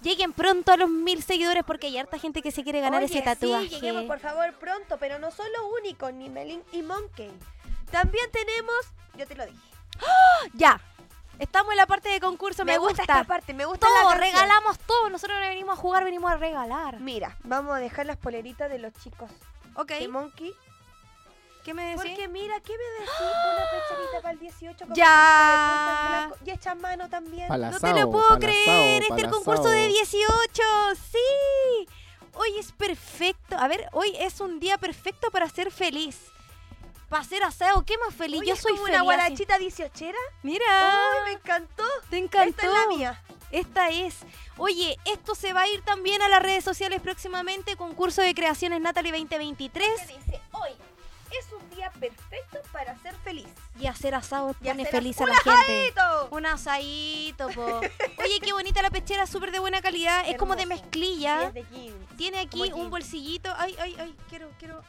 Lleguen pronto a los mil seguidores porque hay harta gente que se quiere ganar Oye, ese tatuaje. Sí, lleguemos por favor pronto, pero no solo único, ni Melin y Monkey. También tenemos, yo te lo dije. Ya. Estamos en la parte de concurso, me, gusta, esta parte, me gusta la todo, canción. regalamos todo. Nosotros no venimos a jugar, venimos a regalar. Mira, vamos a dejar las poleritas de los chicos Ok, de Monkey. ¿qué me decís? Porque mira, ¿qué me decís? Una pecharita para el 18. como que le Ya. gusta el blanco. Y echa mano también. No Palazao, te lo puedo palazao, creer, este es el concurso de palazao. 18, sí. Hoy es perfecto. A ver, hoy es un día perfecto para ser feliz. Para ser asado, ¿qué más feliz? Oye, Yo es soy como feliz. una así. guarachita dieciochera. Mira, Uy, me encantó. te encantó. Esta es la mía. Esta es. Oye, esto se va a ir también a las redes sociales próximamente. Concurso de creaciones Natalie 2023. dice hoy. es un día perfecto para ser feliz. Y hacer asados Y pone hacer feliz as- a la ¡un gente. asadito! Un asadito, po. Oye, qué bonita la pechera, súper de buena calidad. Es como de Hermoso. Y mezclilla. es de jeans. Tiene como aquí jeans. un bolsillito. Ay, ay, ay, quiero, quiero.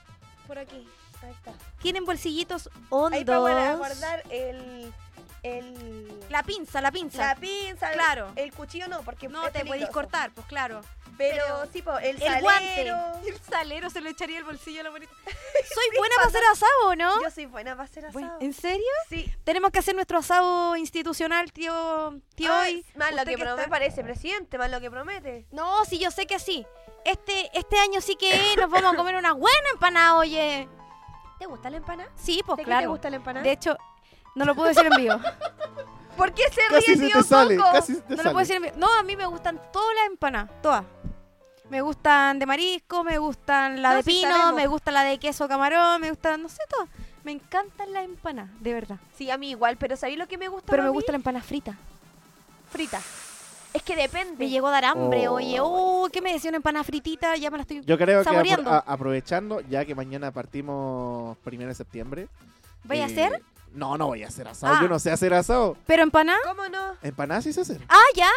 Por aquí. Ahí está. Tienen bolsillitos Ahí para hondos. guardar el. el La pinza, la la pinza. pinza. el- Claro. El cuchillo no, porque. No es te podéis peligroso. cortar, pues claro. Pero, pero sí, po, el, El guante. salero. El salero se lo echaría el bolsillo a la bonita. Soy buena para hacer asado, ¿no? Yo soy buena para hacer Buen- asado. ¿En serio? Sí. Tenemos que hacer nuestro asado institucional, tío. tío hoy. Ay, más lo Usted que, promete está- parece, presidente, más lo que promete. No, sí, yo sé que sí. Este, este año sí que nos vamos a comer una buena empanada, oye. ¿Te gusta la empanada? Sí, pues ¿De claro. qué te gusta la empanada? De hecho, no lo puedo decir en vivo. ¿Por qué se Casi ríe, se tío te sale, Coco? casi se te No lo sale. puedo decir en vivo. No, a mí me gustan todas las empanadas, todas. Me gustan de marisco, me gustan la No, de sí pino, sabemos. me gusta la de queso camarón, me gustan, no sé, todas. Me encantan las empanadas, de verdad. Sí, a mí igual, pero ¿sabéis lo que me gusta? Pero a me mí? gusta la empanada frita. frita. Es que depende. Me llegó a dar hambre, Oh. oye. Oh, ¿qué me decía una empanada fritita? Ya me la estoy Yo creo que apro- saboreando. a- aprovechando, ya que mañana partimos primero de septiembre. ¿Vaya a eh, hacer? No, no voy a hacer asado. Ah. Yo no sé hacer asado. ¿Pero empanada? ¿Cómo no? Empanadas sí sé hacer. Ah, ya.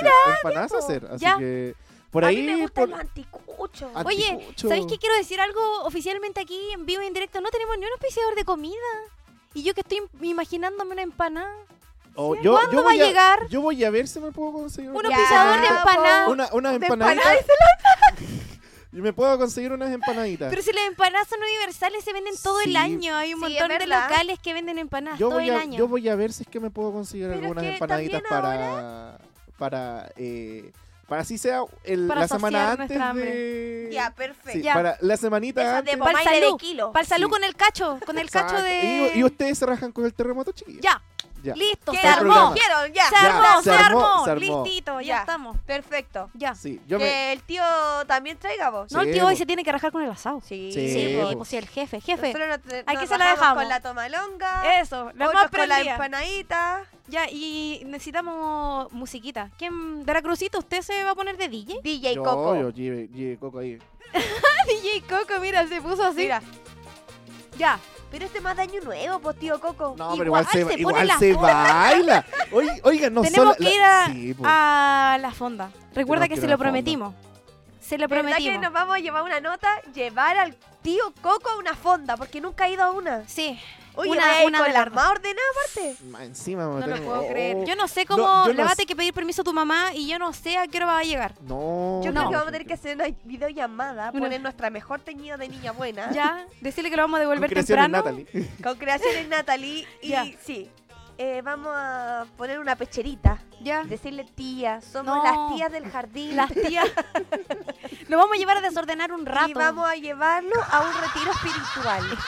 Mira, empanadas sé hacer. Así Ya. que por a ahí mí me gustan por- los anticuchos. Ah, Oye, Anticucho. ¿sabéis qué quiero decir algo oficialmente aquí en vivo y en directo? No tenemos ni un auspiciador de comida. Y yo que estoy imaginándome una empanada. oh, yo, ¿Cuándo yo va a voy llegar? Yo voy a ver si me puedo conseguir Un una- Ya, Oh, auspiciador de po. empanada. una, unas de empanaditas. Y me puedo conseguir unas empanaditas. Pero si las empanadas son universales, se venden todo el Sí. año. Hay un Sí, es montón de verdad. locales que venden empanadas Ah, yo todo voy el a, año. yo voy a ver si es que me puedo conseguir Pero es algunas que empanaditas también para para eh, para así sea el- Para la semana saciar antes nuestra hambre. de Ya, perfecto. Sí, Ya. para la semanita Esas antes. de Pa'l pomaire de salud, kilo. Para el salud Sí. con el cacho, con el cacho Exacto. de... Y, y ustedes se rajan con el terremoto, chiquillos. Ya, Ya. listo, se Quiero, armó. programa. Quiero, ya. Se armó, Ya, se se armó, armó. se armó. Listito, ya, Ya. estamos. Perfecto. Ya. Sí, yo que me el tío también traiga vos. No, el Sí, tío hoy po. se tiene que rajar con el asado. Sí. Sí, Sí, po. po, pues sí, el jefe, jefe. Nosotros nos, Hay nos que se la rajamos dejamos. con la Eh, tomalonga. Eso, la otros más con la prendida. empanadita. Ya, y necesitamos musiquita. ¿Quién? ¿De la crucita usted se va a poner de DJ? DJ yo, Coco. yo, lleve- lleve Coco ahí. DJ Coco, mira, se puso así. Mira, Ya. pero este es más de año nuevo, pues tío Coco. No, Igual pero igual se se, pone igual la se foda. baila. Oye, oigan, no Tenemos solo que la- ir a, sí, pues. po. a la fonda. Recuerda Tenemos que que ir se a lo la fonda. prometimos. Se lo ¿Verdad que prometimos. nos vamos a llevar una nota? Llevar al tío Coco a una fonda, porque nunca ha ido a una. Sí. Oye, Una- una, vaya una con de la las armada ordenada aparte. Ma- Encima me No lo tengo- puedo oh, creer. oh. Yo no sé No, cómo yo le no vas a sé. tener que pedir permiso a tu mamá y yo no sé a qué hora va a llegar. oh. No. no, Yo creo que no, vamos a tener que hacer una videollamada, Una- poner nuestra mejor teñida de niña buena, Ya, decirle que lo vamos a Con devolver creaciones temprano. Natalie. con creaciones Natalie y Ya. sí. eh, vamos a poner una pecherita, Ya. decirle tía, somos No. las tías del jardín Las tías. lo vamos a llevar a desordenar un rato. y vamos a llevarlo a un retiro espiritual.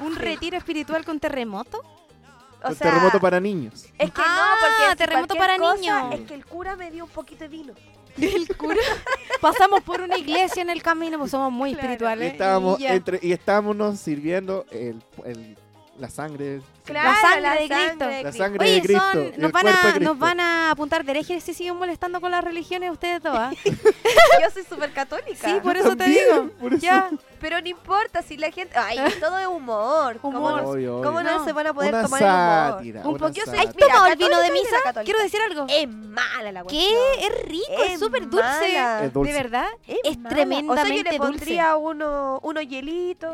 Un retiro espiritual con terremoto. O Un sea, Este terremoto para niños. es que Ah, no, porque si terremoto cualquier para cosa, niños. Es que el cura me dio un poquito de vino. El cura. Pasamos por una iglesia en el camino, pues somos muy Claro. Y espirituales. estábamos, ya. entre, y estábamos sirviendo el, el- la sangre. Claro, sangre la de sangre Cristo. de La Cristo. sangre Oye, de Cristo. son, el nos, van cuerpo de a, Cristo. nos van a apuntar de herejes si siguen molestando con las religiones ustedes ¿ah? todas. Yo soy súper católica. Sí, por eso te digo. También, por eso. Ya, Pero no importa si la gente. Ay, todo es humor. ¿Cómo Humor. no- Obvio, obvio. ¿Cómo no, No. se van a poder Una tomar el humor? sátira. un una poquito. sátira. ¿Has Mira, tomado el vino de católica y misa? la católica. Quiero decir algo. Es mala la cuestión. Eh, ¿Qué? Es rico, es Es súper dulce. mala. Es dulce. De verdad, es, mala. tremendamente O sea, yo dulce. le pondría uno, uno hielito.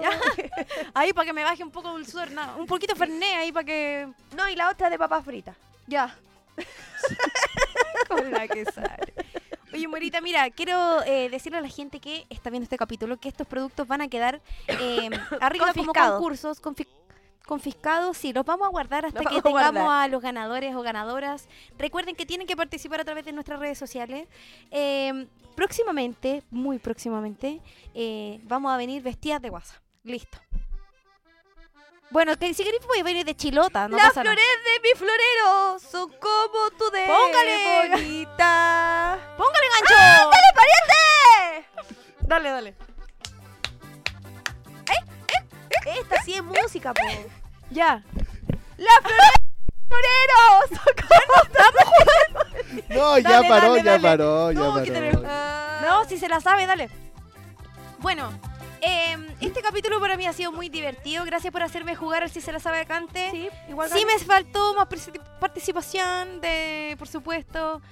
Ahí para que me baje un poco dulzor, no, un poquito ferné ahí para que... no, y la otra de papas fritas. Ya. Con la que sale. Oye, Morita, mira, quiero eh, decirle a la gente que está viendo este capítulo que estos productos van a quedar eh, arriba como Confiscados. concursos, confi- confiscados, sí, los vamos a guardar hasta Los que vamos a tengamos guardar. a los ganadores o ganadoras. Recuerden que tienen que participar a través de nuestras redes sociales. Eh, próximamente, muy próximamente, eh, vamos a venir vestidas de guasa. Listo. Bueno, que si queréis voy a venir de chilota, no Las pasa nada. flores de mi florero son como tu de Póngale. bonita. ¡Póngale gancho! ¡Pariente! Dale, dale. Esta sí es música, po. Ya. Las flores de mi florero son como tu No, ya Dale, paró, dale, ya dale. paró, No, que ya tenemos- paró. No, si se la sabe, dale. Bueno, Em, este capítulo para mí ha sido muy divertido. Gracias por hacerme jugar al Si se la sabe de Cante. Sí, igual Sí me faltó más particip- participación de, por supuesto.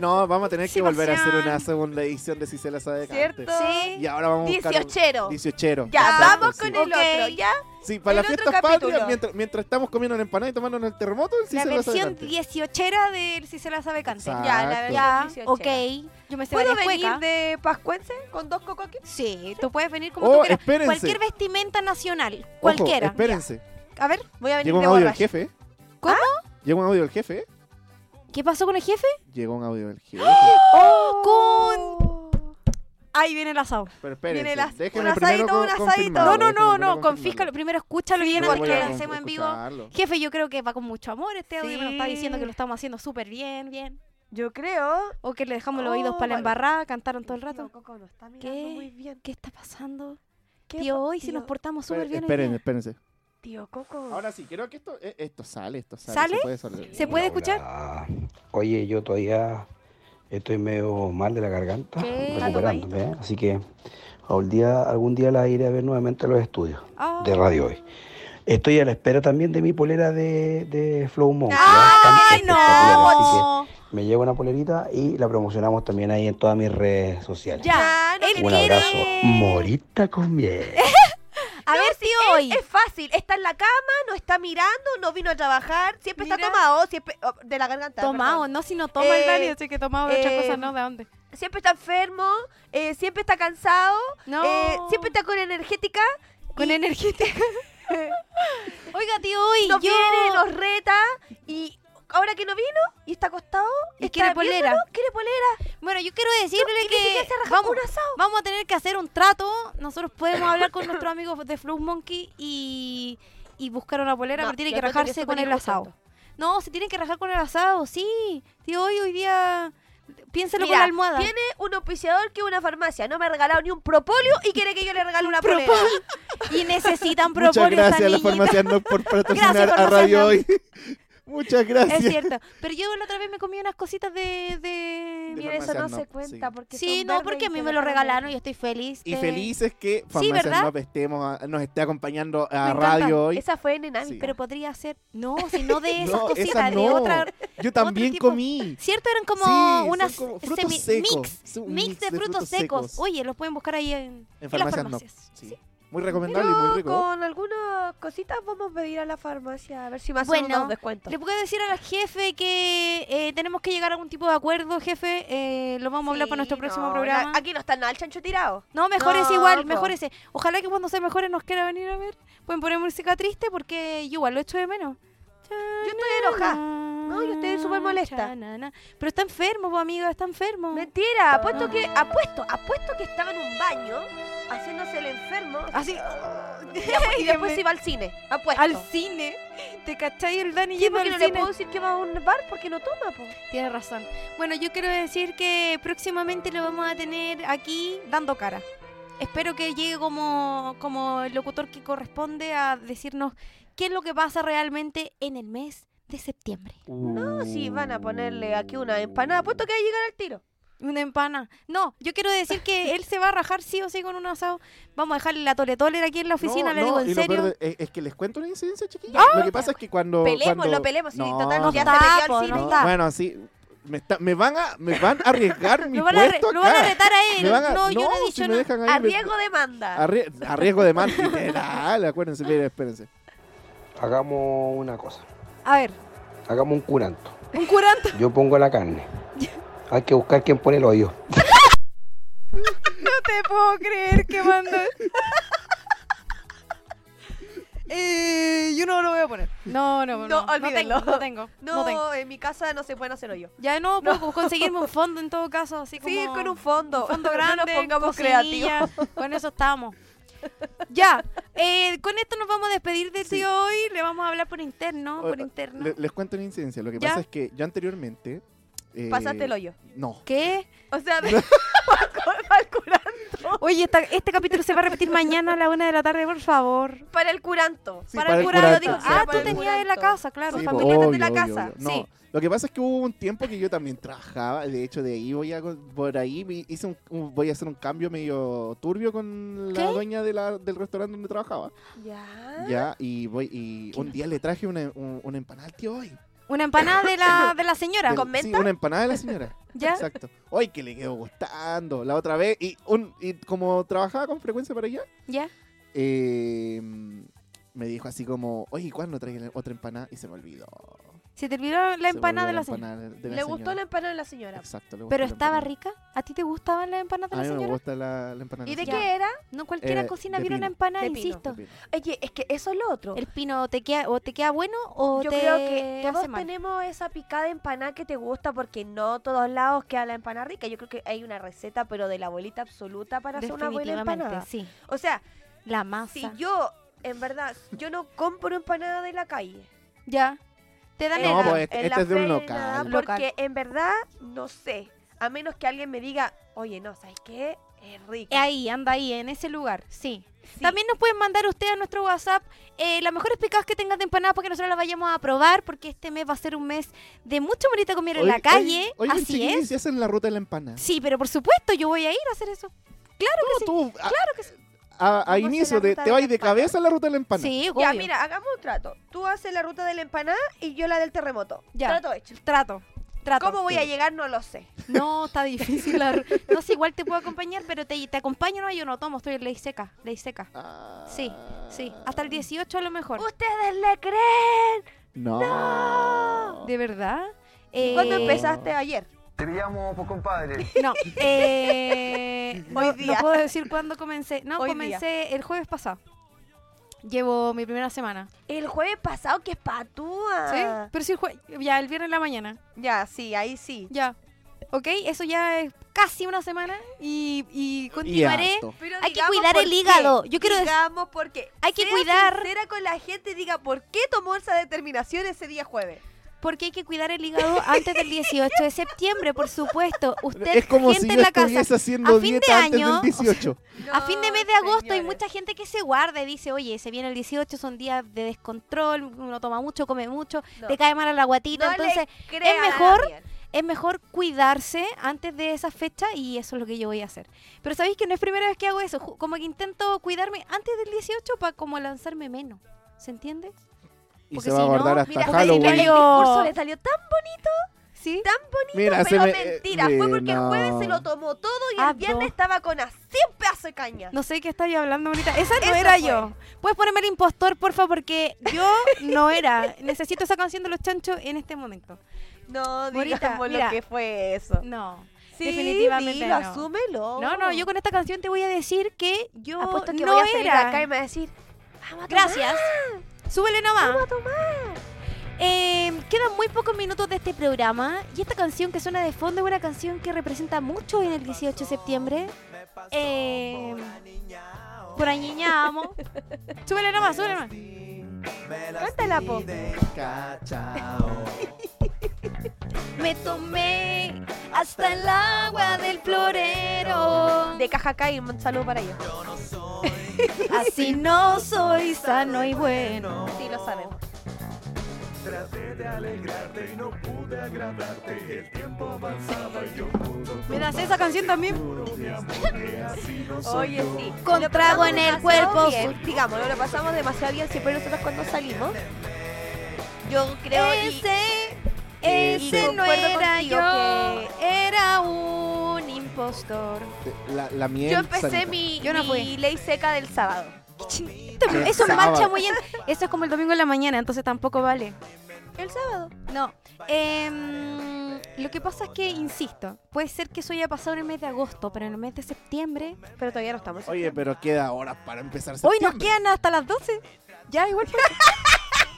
No, vamos a tener que Sí, volver a hacer pasión. una segunda edición de Si se la sabe de ¿Cierto? Cante. Sí. Y ahora vamos a buscar un- Dieciochero. Dieciochero. Ya, Exacto, vamos sí. con el Ok. otro, ¿ya? Sí, para el las otro fiestas patrias, capítulo. mientras, mientras estamos comiendo una empanada y tomando el terremoto, el Si la se la sabe de versión Cante. dieciochera del Si se la sabe Cante. Exacto. Ya, la Ya, verdad. ok. Yo me sé ¿Puedo varias venir cuecas. de Pascuense con dos cocos aquí? Sí, tú puedes venir como tú Oh, quieras. espérense. Cualquier vestimenta nacional, Ojo, cualquiera. espérense. A ver, Voy a venir Llegó un de audio del borracha. jefe. ¿Ah? ¿Cómo? Llegó un audio del jefe. ¿qué pasó con el jefe? Llegó un audio del jefe. ¡Uh! Con... Oh. Ahí viene el asado. Pero espérense. Viene el as- déjenme un primero asadito, un co- asadito. No, confirmarlo, no, déjenme no, primero no, confirmarlo. confirmalo. Primero escúchalo bien No, porque voy a lo hacemos en vivo. escucharlo. Jefe, yo creo que va con mucho amor este audio, que nos está Sí. diciendo que lo estamos haciendo súper bien, bien. Yo creo. O que le dejamos los oídos Oh, para la bueno. embarrada, cantaron todo el Tío rato. Coco no está mirando ¿Qué? muy bien. ¿Qué está pasando? ¿Qué tío, pa- hoy si tío- nos portamos súper Espérense, bien. hoy espérense, día. espérense. Tío Coco. Ahora sí, creo que esto, eh, esto sale, esto sale. ¿Sale? Se puede salir. ¿Se puede Hola, escuchar? hola. Oye, yo todavía estoy medio mal de la garganta, ¿Qué? recuperándome, ¿eh? así que algún día, algún día la iré a ver nuevamente a los estudios Ah. de Radio Hoy. Estoy a la espera también de mi polera de, de Flow Monk. ¡Ay, no! Me llevo una polerita y la promocionamos también ahí en todas mis redes sociales. Ya, no él Un quiere- abrazo, morita con miel. A ver, tío, hoy. Es fácil, está en la cama, no está mirando, no vino a trabajar, siempre Mira. está tomado, siempre oh, de la garganta. Tomado, perdón. no, si no toma el Eh, radio, así que tomado de otra eh, cosa, no, ¿de dónde? Siempre está enfermo, eh, siempre está cansado, No. eh, siempre está con energética, Con energética. Oiga, tío, hoy nos yo... viene, nos reta y ahora que no vino y está acostado, Y está quiere viéndolo, polera. quiere polera. Bueno, yo quiero decirle y ni que siquiera se rajó vamos, un asado. vamos a tener que hacer un trato. Nosotros podemos hablar con nuestros amigos de Flow Monkey y, y buscar una polera, No, pero tiene yo que encuentro que rajarse es con súper el asado. No, se tienen que rajar con el asado, sí. Tío, hoy, hoy día... Piénselo con Mira, la almohada. Tiene un auspiciador que es una farmacia, no me ha regalado ni un propóleo y quiere que yo le regale una polera. Y necesitan Muchas propósito gracias a la farmacia Nock por patrocinar Gracias, a farmacia Radio Hoy. Muchas gracias. Es cierto. Pero yo la otra vez me comí unas cositas de... de- Y De eso farmacia no, no, se cuenta sí. porque Sí, son no, verdes porque y a mí se me lo dejaron regalaron verdes. y estoy feliz. Y de- felices que Farmacia Eh, ¿verdad? Nock estemos a- nos esté acompañando a Me encanta. Radio Hoy. Esa fue Nenami, Sí. Pero podría ser... No, si no de esas No, cositas, esa de no. otra... Yo también tipo. comí. ¿Cierto? Eran como Sí, son unas como frutos semi- secos, mix, es un mix de, frutos, secos. secos. Oye, los pueden buscar ahí en, en las En farmacias no. farmacias. Sí. Muy recomendable y muy Pero rico. con algunas cositas vamos a pedir a la farmacia a ver si me hacen Bueno, unos descuentos. Le puedo decir al jefe que eh, tenemos que llegar a algún tipo de acuerdo, jefe. Eh, lo vamos a hablar para nuestro Sí, próximo no, programa. na- Aquí no está nada el chancho tirado. No, mejor ese No, igual, po. mejor ese. Ojalá que cuando se mejore nos quiera venir a ver. Pueden poner música triste porque yo igual lo echo de menos. Yo estoy enojada. No, yo estoy súper molesta. Pero está enfermo, pues, amiga, está enfermo. Mentira, apuesto No. que apuesto, apuesto que estaba en un baño haciéndose el enfermo Así, y después se iba al cine. Apuesto. al cine. ¿Te cachai el Dani Sí, yendo porque al no le cine? puedo decir que va a un bar porque no toma, po. Tienes razón. Bueno, yo quiero decir que próximamente lo vamos a tener aquí dando cara. Espero que llegue como, como el locutor que corresponde a decirnos qué es lo que pasa realmente en el mes de septiembre. No, sí, van a ponerle aquí una empanada. Apuesto que va a llegar al tiro. Una empana. No, yo quiero decir que él se va a rajar sí o sí con un asado. Vamos a dejarle la toletoler aquí en la oficina, No, le no, digo y en lo serio. peor de- es, es que les cuento una incidencia, chiquilla. lo que pasa es que cuando. Pelemos, Oh, cuando... lo pelemos. Sí, No, total, ya no. se metió Tapo, al cine. no. y- está. Bueno, sí. Me, está- me van a, me van a arriesgar mi Lo van, a re- puesto lo acá. van a retar a él. Me van a- no, yo no he si dicho me nada. dejan ahí, me- Arriesgo demanda. arrie- a riesgo de mal, literal, acuérdense, miren, espérense. Hagamos una cosa, A ver, hagamos un curanto. un curanto. Yo pongo la carne. Hay que buscar quién pone el hoyo. No te puedo creer que mandas. Eh, yo no lo voy a poner. No, no, no. No, olvídenlo. tengo, no tengo. No, no, tengo. en mi casa no se pueden hacer hoyo. Ya no puedo conseguirme un fondo en todo caso, así como. Sí, con un fondo. un fondo No grande. nos pongamos cocinilla, creativos. Con eso estamos. Ya, eh, con esto nos vamos a despedir de Sí. ti hoy. Le vamos a hablar por interno, O- por interno. Le- les cuento una incidencia. Lo que ¿Ya? pasa es que yo anteriormente. eh, Pasaste el hoyo. No. ¿Qué? O sea, de- para el curanto. Oye, esta- este capítulo se va a repetir mañana a la una de la tarde, por favor. Para el curanto. Sí, para, el para el curado, curanto, digo, sí. ah, Para tú el tenías en la curanto. casa, claro, Sí, familiares po, de la obvio, obvio, casa. obvio. No, Sí. lo que pasa es que hubo un tiempo que yo también trabajaba, de hecho de ahí voy a con- por ahí me hice un, un- voy a hacer un cambio medio turbio con la ¿Qué? dueña de la- del restaurante donde trabajaba. Ya. Ah. Ya, y voy y un día le traje una, un- una empanada al tío hoy. Una empanada de la, de la señora. Del- Sí, una empanada de la señora. ¿Ya? Exacto. Hoy que le quedó gustando. La otra vez, y, un, y como trabajaba con frecuencia para allá, ¿Ya? eh, me dijo así como, oye, ¿cuándo traes la- otra empanada? Y se me olvidó. Se te olvidó la Se me empanada olvidó de la señora. empanada de la Le gustó señora. la empanada de la señora. Exacto, le gustó ¿Pero la estaba empanada. rica? ¿A ti te gustaban las empanadas de A la mí me señora? gusta la, la empanada. ¿Y de de qué era? No cualquiera Eh, cocina de bien una pino. empanada, De pino. insisto. Ah, Oye, es que eso es lo otro. El pino te queda, o te queda bueno o Yo te creo que todos hace mal. tenemos esa picada de empanada que te gusta porque no todos lados queda la empanada rica. Yo creo que hay una receta, pero de la abuelita absoluta para hacer una buena empanada. sí. O sea, La masa. si yo, en verdad, yo no compro empanada de la calle. Ya. Te dan En No, la- el... pues, este- en este la es de un feria, local. nada, Porque en verdad, no sé. A menos que alguien me diga, oye, no, ¿sabes qué? Es rica. Ahí, anda ahí, en ese lugar, sí. Sí. También nos pueden mandar ustedes a nuestro WhatsApp eh, las mejores picadas que tengan de empanada para que nosotros las vayamos a probar, porque este mes va a ser un mes de mucho morita comer en la calle. Oye, así es. si hacen la ruta de la empanada. Sí, pero por supuesto yo voy a ir a hacer eso. No, tú, claro que sí. A, a Vamos a inicio, la de, te ruta de la vas de empanada. cabeza a la ruta de la empanada. Sí, obvio. Ya, mira, hagamos un trato. Tú haces la ruta de la empanada y yo la del terremoto. Ya. Trato hecho. Trato. Trato. ¿Cómo voy a llegar? No lo sé. No, está difícil. la ru- No sé, igual te puedo acompañar, pero te, te acompaño, no, yo no tomo, estoy en ley seca, ley seca. Ah. Sí, sí. Hasta el 18 a lo mejor. ¿Ustedes le creen? No. ¿De verdad? Eh, ¿Cuándo empezaste ayer? No, eh, no, Hoy no día. puedo decir cuándo comencé. No, Hoy comencé el jueves pasado. Llevo mi primera semana. El jueves pasado, que es patúa. ¿Sí? Pero sí, el jue- ya el viernes en la mañana. Ya, sí, ahí sí. Ya. ¿Ok? Eso ya es casi una semana y, y continuaré. harto. Pero Hay que digamos cuidar por el qué. hígado. Yo quiero dec- digamos porque Hay que sea cuidar. sincera con la gente, diga por qué tomó esa determinación ese día jueves. Porque hay que cuidar el hígado antes del 18 de septiembre, por supuesto. Usted, Es como gente si en yo la casa. estuviese haciendo a fin de dieta antes año, del 18. A fin de mes de agosto hay muchas mucha gente que se guarda y dice, oye, se viene el 18, son días de descontrol, uno toma mucho, come mucho, No. te cae mal a la guatita, entonces es mejor- es mejor cuidarse antes de esa fecha y eso es lo que yo voy a hacer. Pero sabéis que no es primera vez que hago eso, ju- como que intento cuidarme antes del 18 para como lanzarme menos, ¿se entiende? Y Porque se va a si no, guardar mira, hasta porque si Halloween. no El Güey. discurso le salió tan Sí. Mira, se pero me- mentira. Fue porque el no. jueves se lo tomó todo y Ah, el viernes no. estaba con así un pedazo de caña. No sé de qué estaba hablando ahorita. Esa no Eso era fue. yo. Puedes ponerme el impostor, porfa, porque yo no era. Necesito esa canción de los chanchos en este momento. No, Morita, digamos mira. lo que fue eso. No. Sí, Definitivamente dilo, no. asúmelo. No, no, yo con esta canción te voy a decir que yo Oh. Apuesto que no voy a salir de era. acá y me va a decir, vamos a tomar, Gracias. Súbele nomás. vamos a tomar. Eh, quedan muy pocos minutos de este programa y esta canción que suena de fondo es una canción que representa mucho en el 18 de septiembre. Eh, por añiñamos. súbele nomás, súbele nomás. Cántala, po. Me tomé hasta el agua del florero. De Cajacay, un saludo para ellos. Así no soy sano y bueno. Sí, lo sabemos. ¿Me das esa canción también? Oye, sí. Con Lo trago pasamos en el demasiado cuerpo. bien, Digámoslo, lo pasamos demasiado bien siempre nosotros cuando salimos. Yo creo y- eh, Ese, y ese no concuerdo era contigo yo. Era un impostor. La, la miel. yo empecé sanita. mi, Yo no mi fui. ley seca del sábado. El Eso sábado. marcha muy bien. Eso es como el domingo en la mañana, entonces tampoco vale. El sábado. No. em, lo que pasa es que, insisto, puede ser que eso haya pasado en el mes de agosto, pero en el mes de septiembre. Pero todavía no estamos. Oye, pero queda horas para empezar Hoy nos septiembre. quedan hasta las 12. Ya, igual.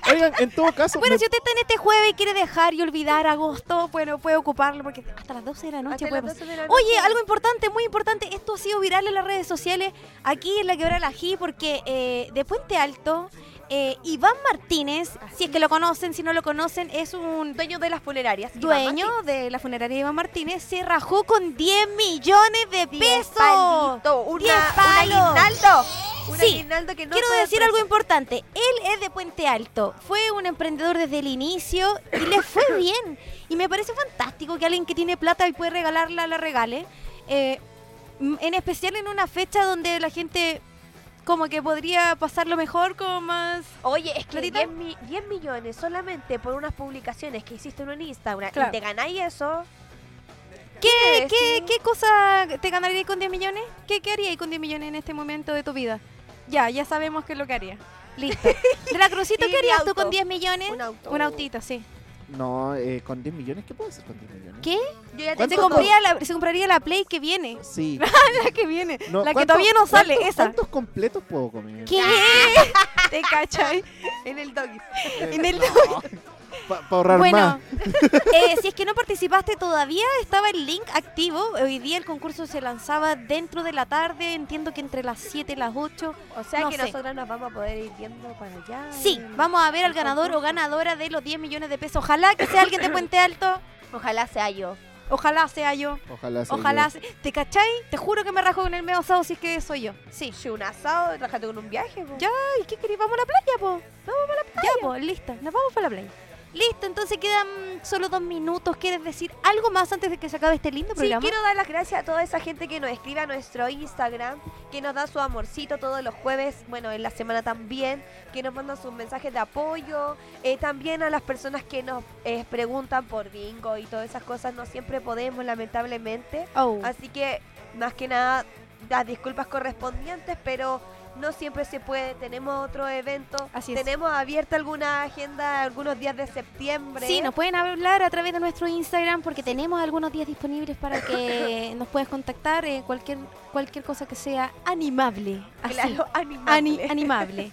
Oigan, en todo caso, Bueno, me- si usted está en este jueves y quiere dejar y olvidar agosto, bueno, puede ocuparlo porque hasta las 12 de la noche puede pasar. Oye, algo importante, muy importante, esto ha sido viral en las redes sociales, aquí en la quebrada la G, porque eh, de Puente Alto, Eh, Iván Martínez, si es que lo conocen, si no lo conocen, es un Dueño de las funerarias. dueño de la funeraria Iván Martínez, se rajó con 10 millones de pesos. Peso. Una, Diez un palos. aguinaldo. Un Sí. aguinaldo que no Quiero puede decir algo ofrecer. importante. Él es de Puente Alto. Fue un emprendedor desde el inicio y le fue bien. Y me parece fantástico que alguien que tiene plata y puede regalarla, la regale. Eh, m- en especial en una fecha donde la gente como que podría pasarlo mejor con más... Oye, es que ¿Clarita? 10, mi- 10 millones solamente por unas publicaciones que hiciste en un Instagram Claro. y te ganáis eso. ¿Qué, quiere qué, decir? qué cosa te ganarías con 10 millones? ¿Qué, ¿Qué harías con 10 millones en este momento de tu vida? Ya, ya sabemos qué es lo que haría. Listo. De la Crucito, Y ¿qué mi harías tú auto. con 10 millones? Un auto. Un autito, sí. No, eh, con 10 millones, ¿qué puedo hacer con 10 millones? ¿Qué? Yo ya te Se ¿Cuánto tengo- compraría, la, se compraría la Play que viene. Sí. La que viene. No, la que ¿cuánto- todavía no sale, cuánto- esa. ¿Cuántos completos puedo comer? ¿Qué? ¿Te cachai? En el doggy. Eh, En el Para ahorrar más. Bueno, eh, si es que no participaste todavía, estaba el link activo. Hoy día el concurso se lanzaba dentro de la tarde, entiendo que entre las 7 y las 8. O sea no que sé. nosotras nos vamos a poder ir viendo para allá. Sí, vamos a ver al ganador o ganadora de los 10 millones de pesos. Ojalá que sea alguien de Puente Alto. Ojalá sea yo. Ojalá sea yo. Ojalá sea Ojalá. yo. se- ¿Te cachai? Te juro que me rajo con el medio asado si es que soy yo. Sí. Si un asado, rajate con un viaje. po. Ya, Ay, ¿qué querés? ¿Vamos a la playa, po? Vamos a la playa. Ya, po, listo. Nos vamos para la playa. Listo, entonces quedan solo dos minutos. ¿Quieres decir algo más antes de que se acabe este lindo Sí, programa? quiero dar las gracias a toda esa gente que nos escribe a nuestro Instagram, que nos da su amorcito todos los jueves, bueno, en la semana también, que nos mandan sus mensajes de apoyo, eh, también a las personas que nos eh, preguntan por bingo y todas esas cosas, no siempre podemos, lamentablemente. Oh. Así que, más que nada, las disculpas correspondientes, pero no siempre se puede. Tenemos otro evento, Así es. tenemos abierta alguna agenda algunos días de septiembre. Sí, nos pueden hablar a través de nuestro Instagram porque tenemos algunos días disponibles para que nos puedas contactar eh, cualquier cualquier cosa que sea animable. Así. Claro, Ani- animable. animable.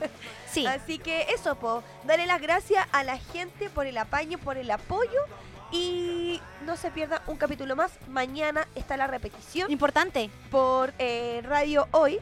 Sí. Así que eso, po. Dale las gracias a la gente por el apaño, por el apoyo. Y no se pierda un capítulo más. Mañana está la repetición Importante. por eh, Radio Hoy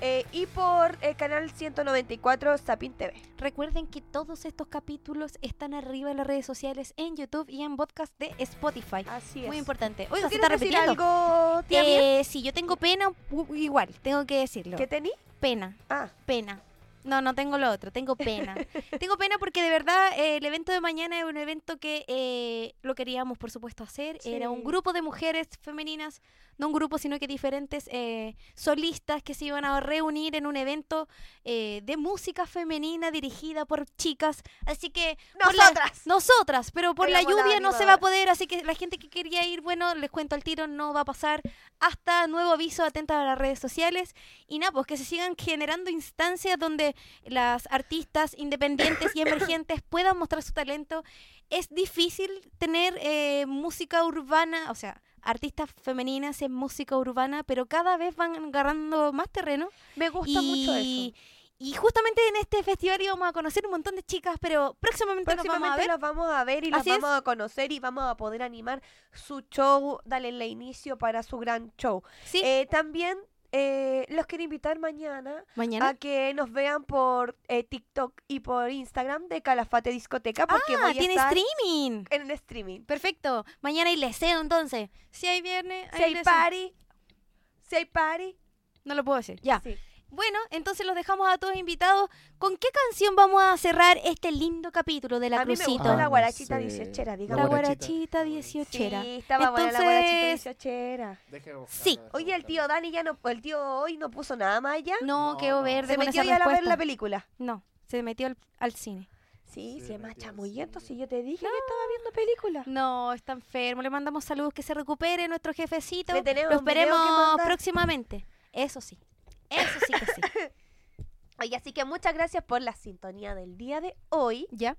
eh, y por el canal 194 Sapin TV. Recuerden que todos estos capítulos están arriba en las redes sociales, en YouTube y en podcast de Spotify. Así es. Muy importante. ¿Tú Oiga, se está quieres decir repitiendo. algo, tía Miel? Eh, sí, yo tengo pena, u- igual, tengo que decirlo. ¿Qué tení? Pena, Ah, pena. No, no tengo lo otro, tengo pena. tengo pena porque de verdad eh, el evento de mañana es un evento que eh, lo queríamos, por supuesto, hacer. Era un Sí. grupo de mujeres femeninas, no un grupo, sino que diferentes eh, solistas que se iban a reunir en un evento eh, de música femenina dirigida por chicas. Así que por la- nosotras. nosotras, pero por la Éramos las lluvia no se va a animadoras. poder, así que la gente que quería ir, bueno, les cuento al tiro, no va a pasar. Hasta nuevo aviso, atentas a las redes sociales. Y nada, pues que se sigan generando instancias donde las artistas independientes y emergentes puedan mostrar su talento. Es difícil tener eh, música urbana, o sea, artistas femeninas en música urbana, pero cada vez van agarrando más terreno. Me gusta mucho eso. Y justamente en este festival íbamos a conocer un montón de chicas, pero próximamente, nos vamos a Próximamente ver. los vamos a ver y los Así es. vamos a conocer y vamos a poder animar su show, darle el inicio para su gran show. Sí, Eh, también eh, los quiero invitar mañana mañana. a que nos vean por eh, TikTok y por Instagram de Calafate Discoteca porque Ah, voy a tiene estar streaming. en el streaming. Perfecto. Mañana hay leseo entonces. Si hay viernes, Si hay leseo. party, si hay party, No lo puedo decir. Ya. sí. Bueno, entonces los dejamos a todos invitados. ¿Con qué canción vamos a cerrar este lindo capítulo de La a mí me Crucito? gusta Ah, la no guarachita sé. dieciochera, La digamos. guarachita 18. Sí, estaba buena la guarachita Entonces- dieciochera. Deje de buscarlo, Sí. deje de Oye, el tío buscarlo. Dani ya no, el tío hoy no puso nada más ya. No, No, quedó no. verde Se con metió esa ya a ver respuesta. la película. No, se metió al, al cine. Sí, Sí, se llama metió al chamuyento, cine. si yo te dije que estaba viendo película. No, está enfermo. Le mandamos saludos, que se recupere nuestro jefecito. Le tenemos Lo un video que esperemos mandar. próximamente. Eso sí. Eso sí que sí. Oye, así que muchas gracias por la sintonía del día de hoy. ¿Ya?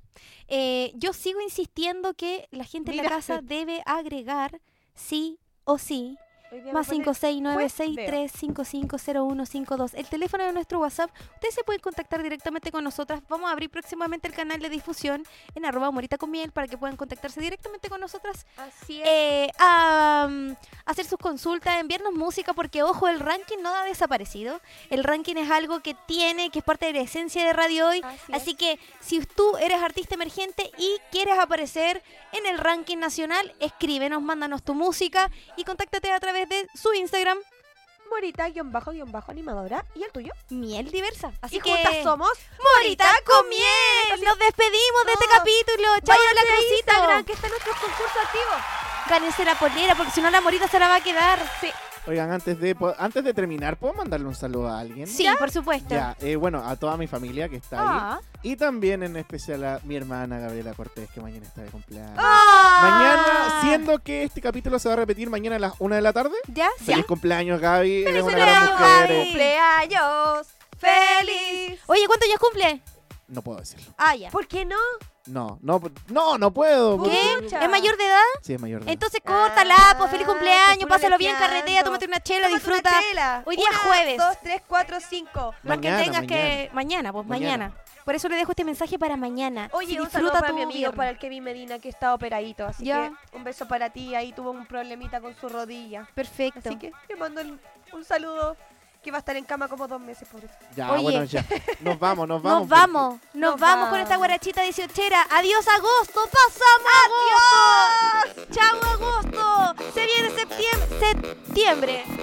Eh, yo sigo insistiendo que la gente en Mira. la casa debe agregar sí o sí Hoy día me Más pone- 56963550152. El teléfono de nuestro WhatsApp. Ustedes se pueden contactar directamente con nosotras. Vamos a abrir próximamente el canal de difusión en arroba morita con miel para que puedan contactarse directamente con nosotras. Así es. eh, a mm, hacer sus consultas, enviarnos música, porque ojo, el ranking no ha desaparecido. El ranking es algo que tiene, que es parte de la esencia de Radio Hoy. Así Así que si tú eres artista emergente y quieres aparecer en el ranking nacional, escríbenos, mándanos tu música y contáctate a través de su Instagram, Morita, guión bajo, guión bajo, animadora. ¿Y el tuyo? Miel Diversa. Así y que juntas somos Morita con miel. Nos despedimos de este No. capítulo. Chao a la Váyanse a Instagram, crucita. que están nuestros concursos activos. Gánense la polera porque si no la Morita se la va a quedar. Sí, Oigan, antes de, po- antes de terminar, ¿puedo mandarle un saludo a alguien? por supuesto. Ya, eh, bueno, a toda mi familia que está ahí. Ah, Y también en especial a mi hermana Gabriela Cortés, que mañana está de cumpleaños. Ah. Mañana, siendo que este capítulo se va a repetir mañana a las 1 de la tarde. ¿Ya? Sí. Feliz cumpleaños, Gaby. Eres una gran cumpleaños, mujer. Gaby. eh. cumpleaños feliz. Oye, ¿cuánto ya cumple? No puedo decirlo. Ah, ya. ¿Por qué no? No, no, no, no puedo. ¿Qué? Pucha. ¿Es mayor de edad? Sí, es mayor de edad. Entonces Ah, córtala, pues feliz te cumpleaños, puro pásalo bien, deseando. carretea, tómate una chela, Tómate una disfruta. chela. Hoy día es Una, jueves. Dos, tres, cuatro, cinco. Más que Mañana, tengas que mañana, pues mañana. Mañana. Por eso le dejo este mensaje para mañana. Oye, Si un saludo para tu mi amigo, viernes. para el Kevin Medina, que está operadito. Así Ya. que un beso para ti. Ahí tuvo un problemita con su rodilla. Perfecto. Así que te mando el- un saludo, que va a estar en cama como dos meses, pobrecito. Ya, Oye. bueno, ya. Nos vamos, nos vamos. nos vamos, nos pues. Nos vamos, con esta vamos. guarachita dieciochera. Adiós agosto, pasamos agosto. Chao agosto. Se viene septiembre, septiembre.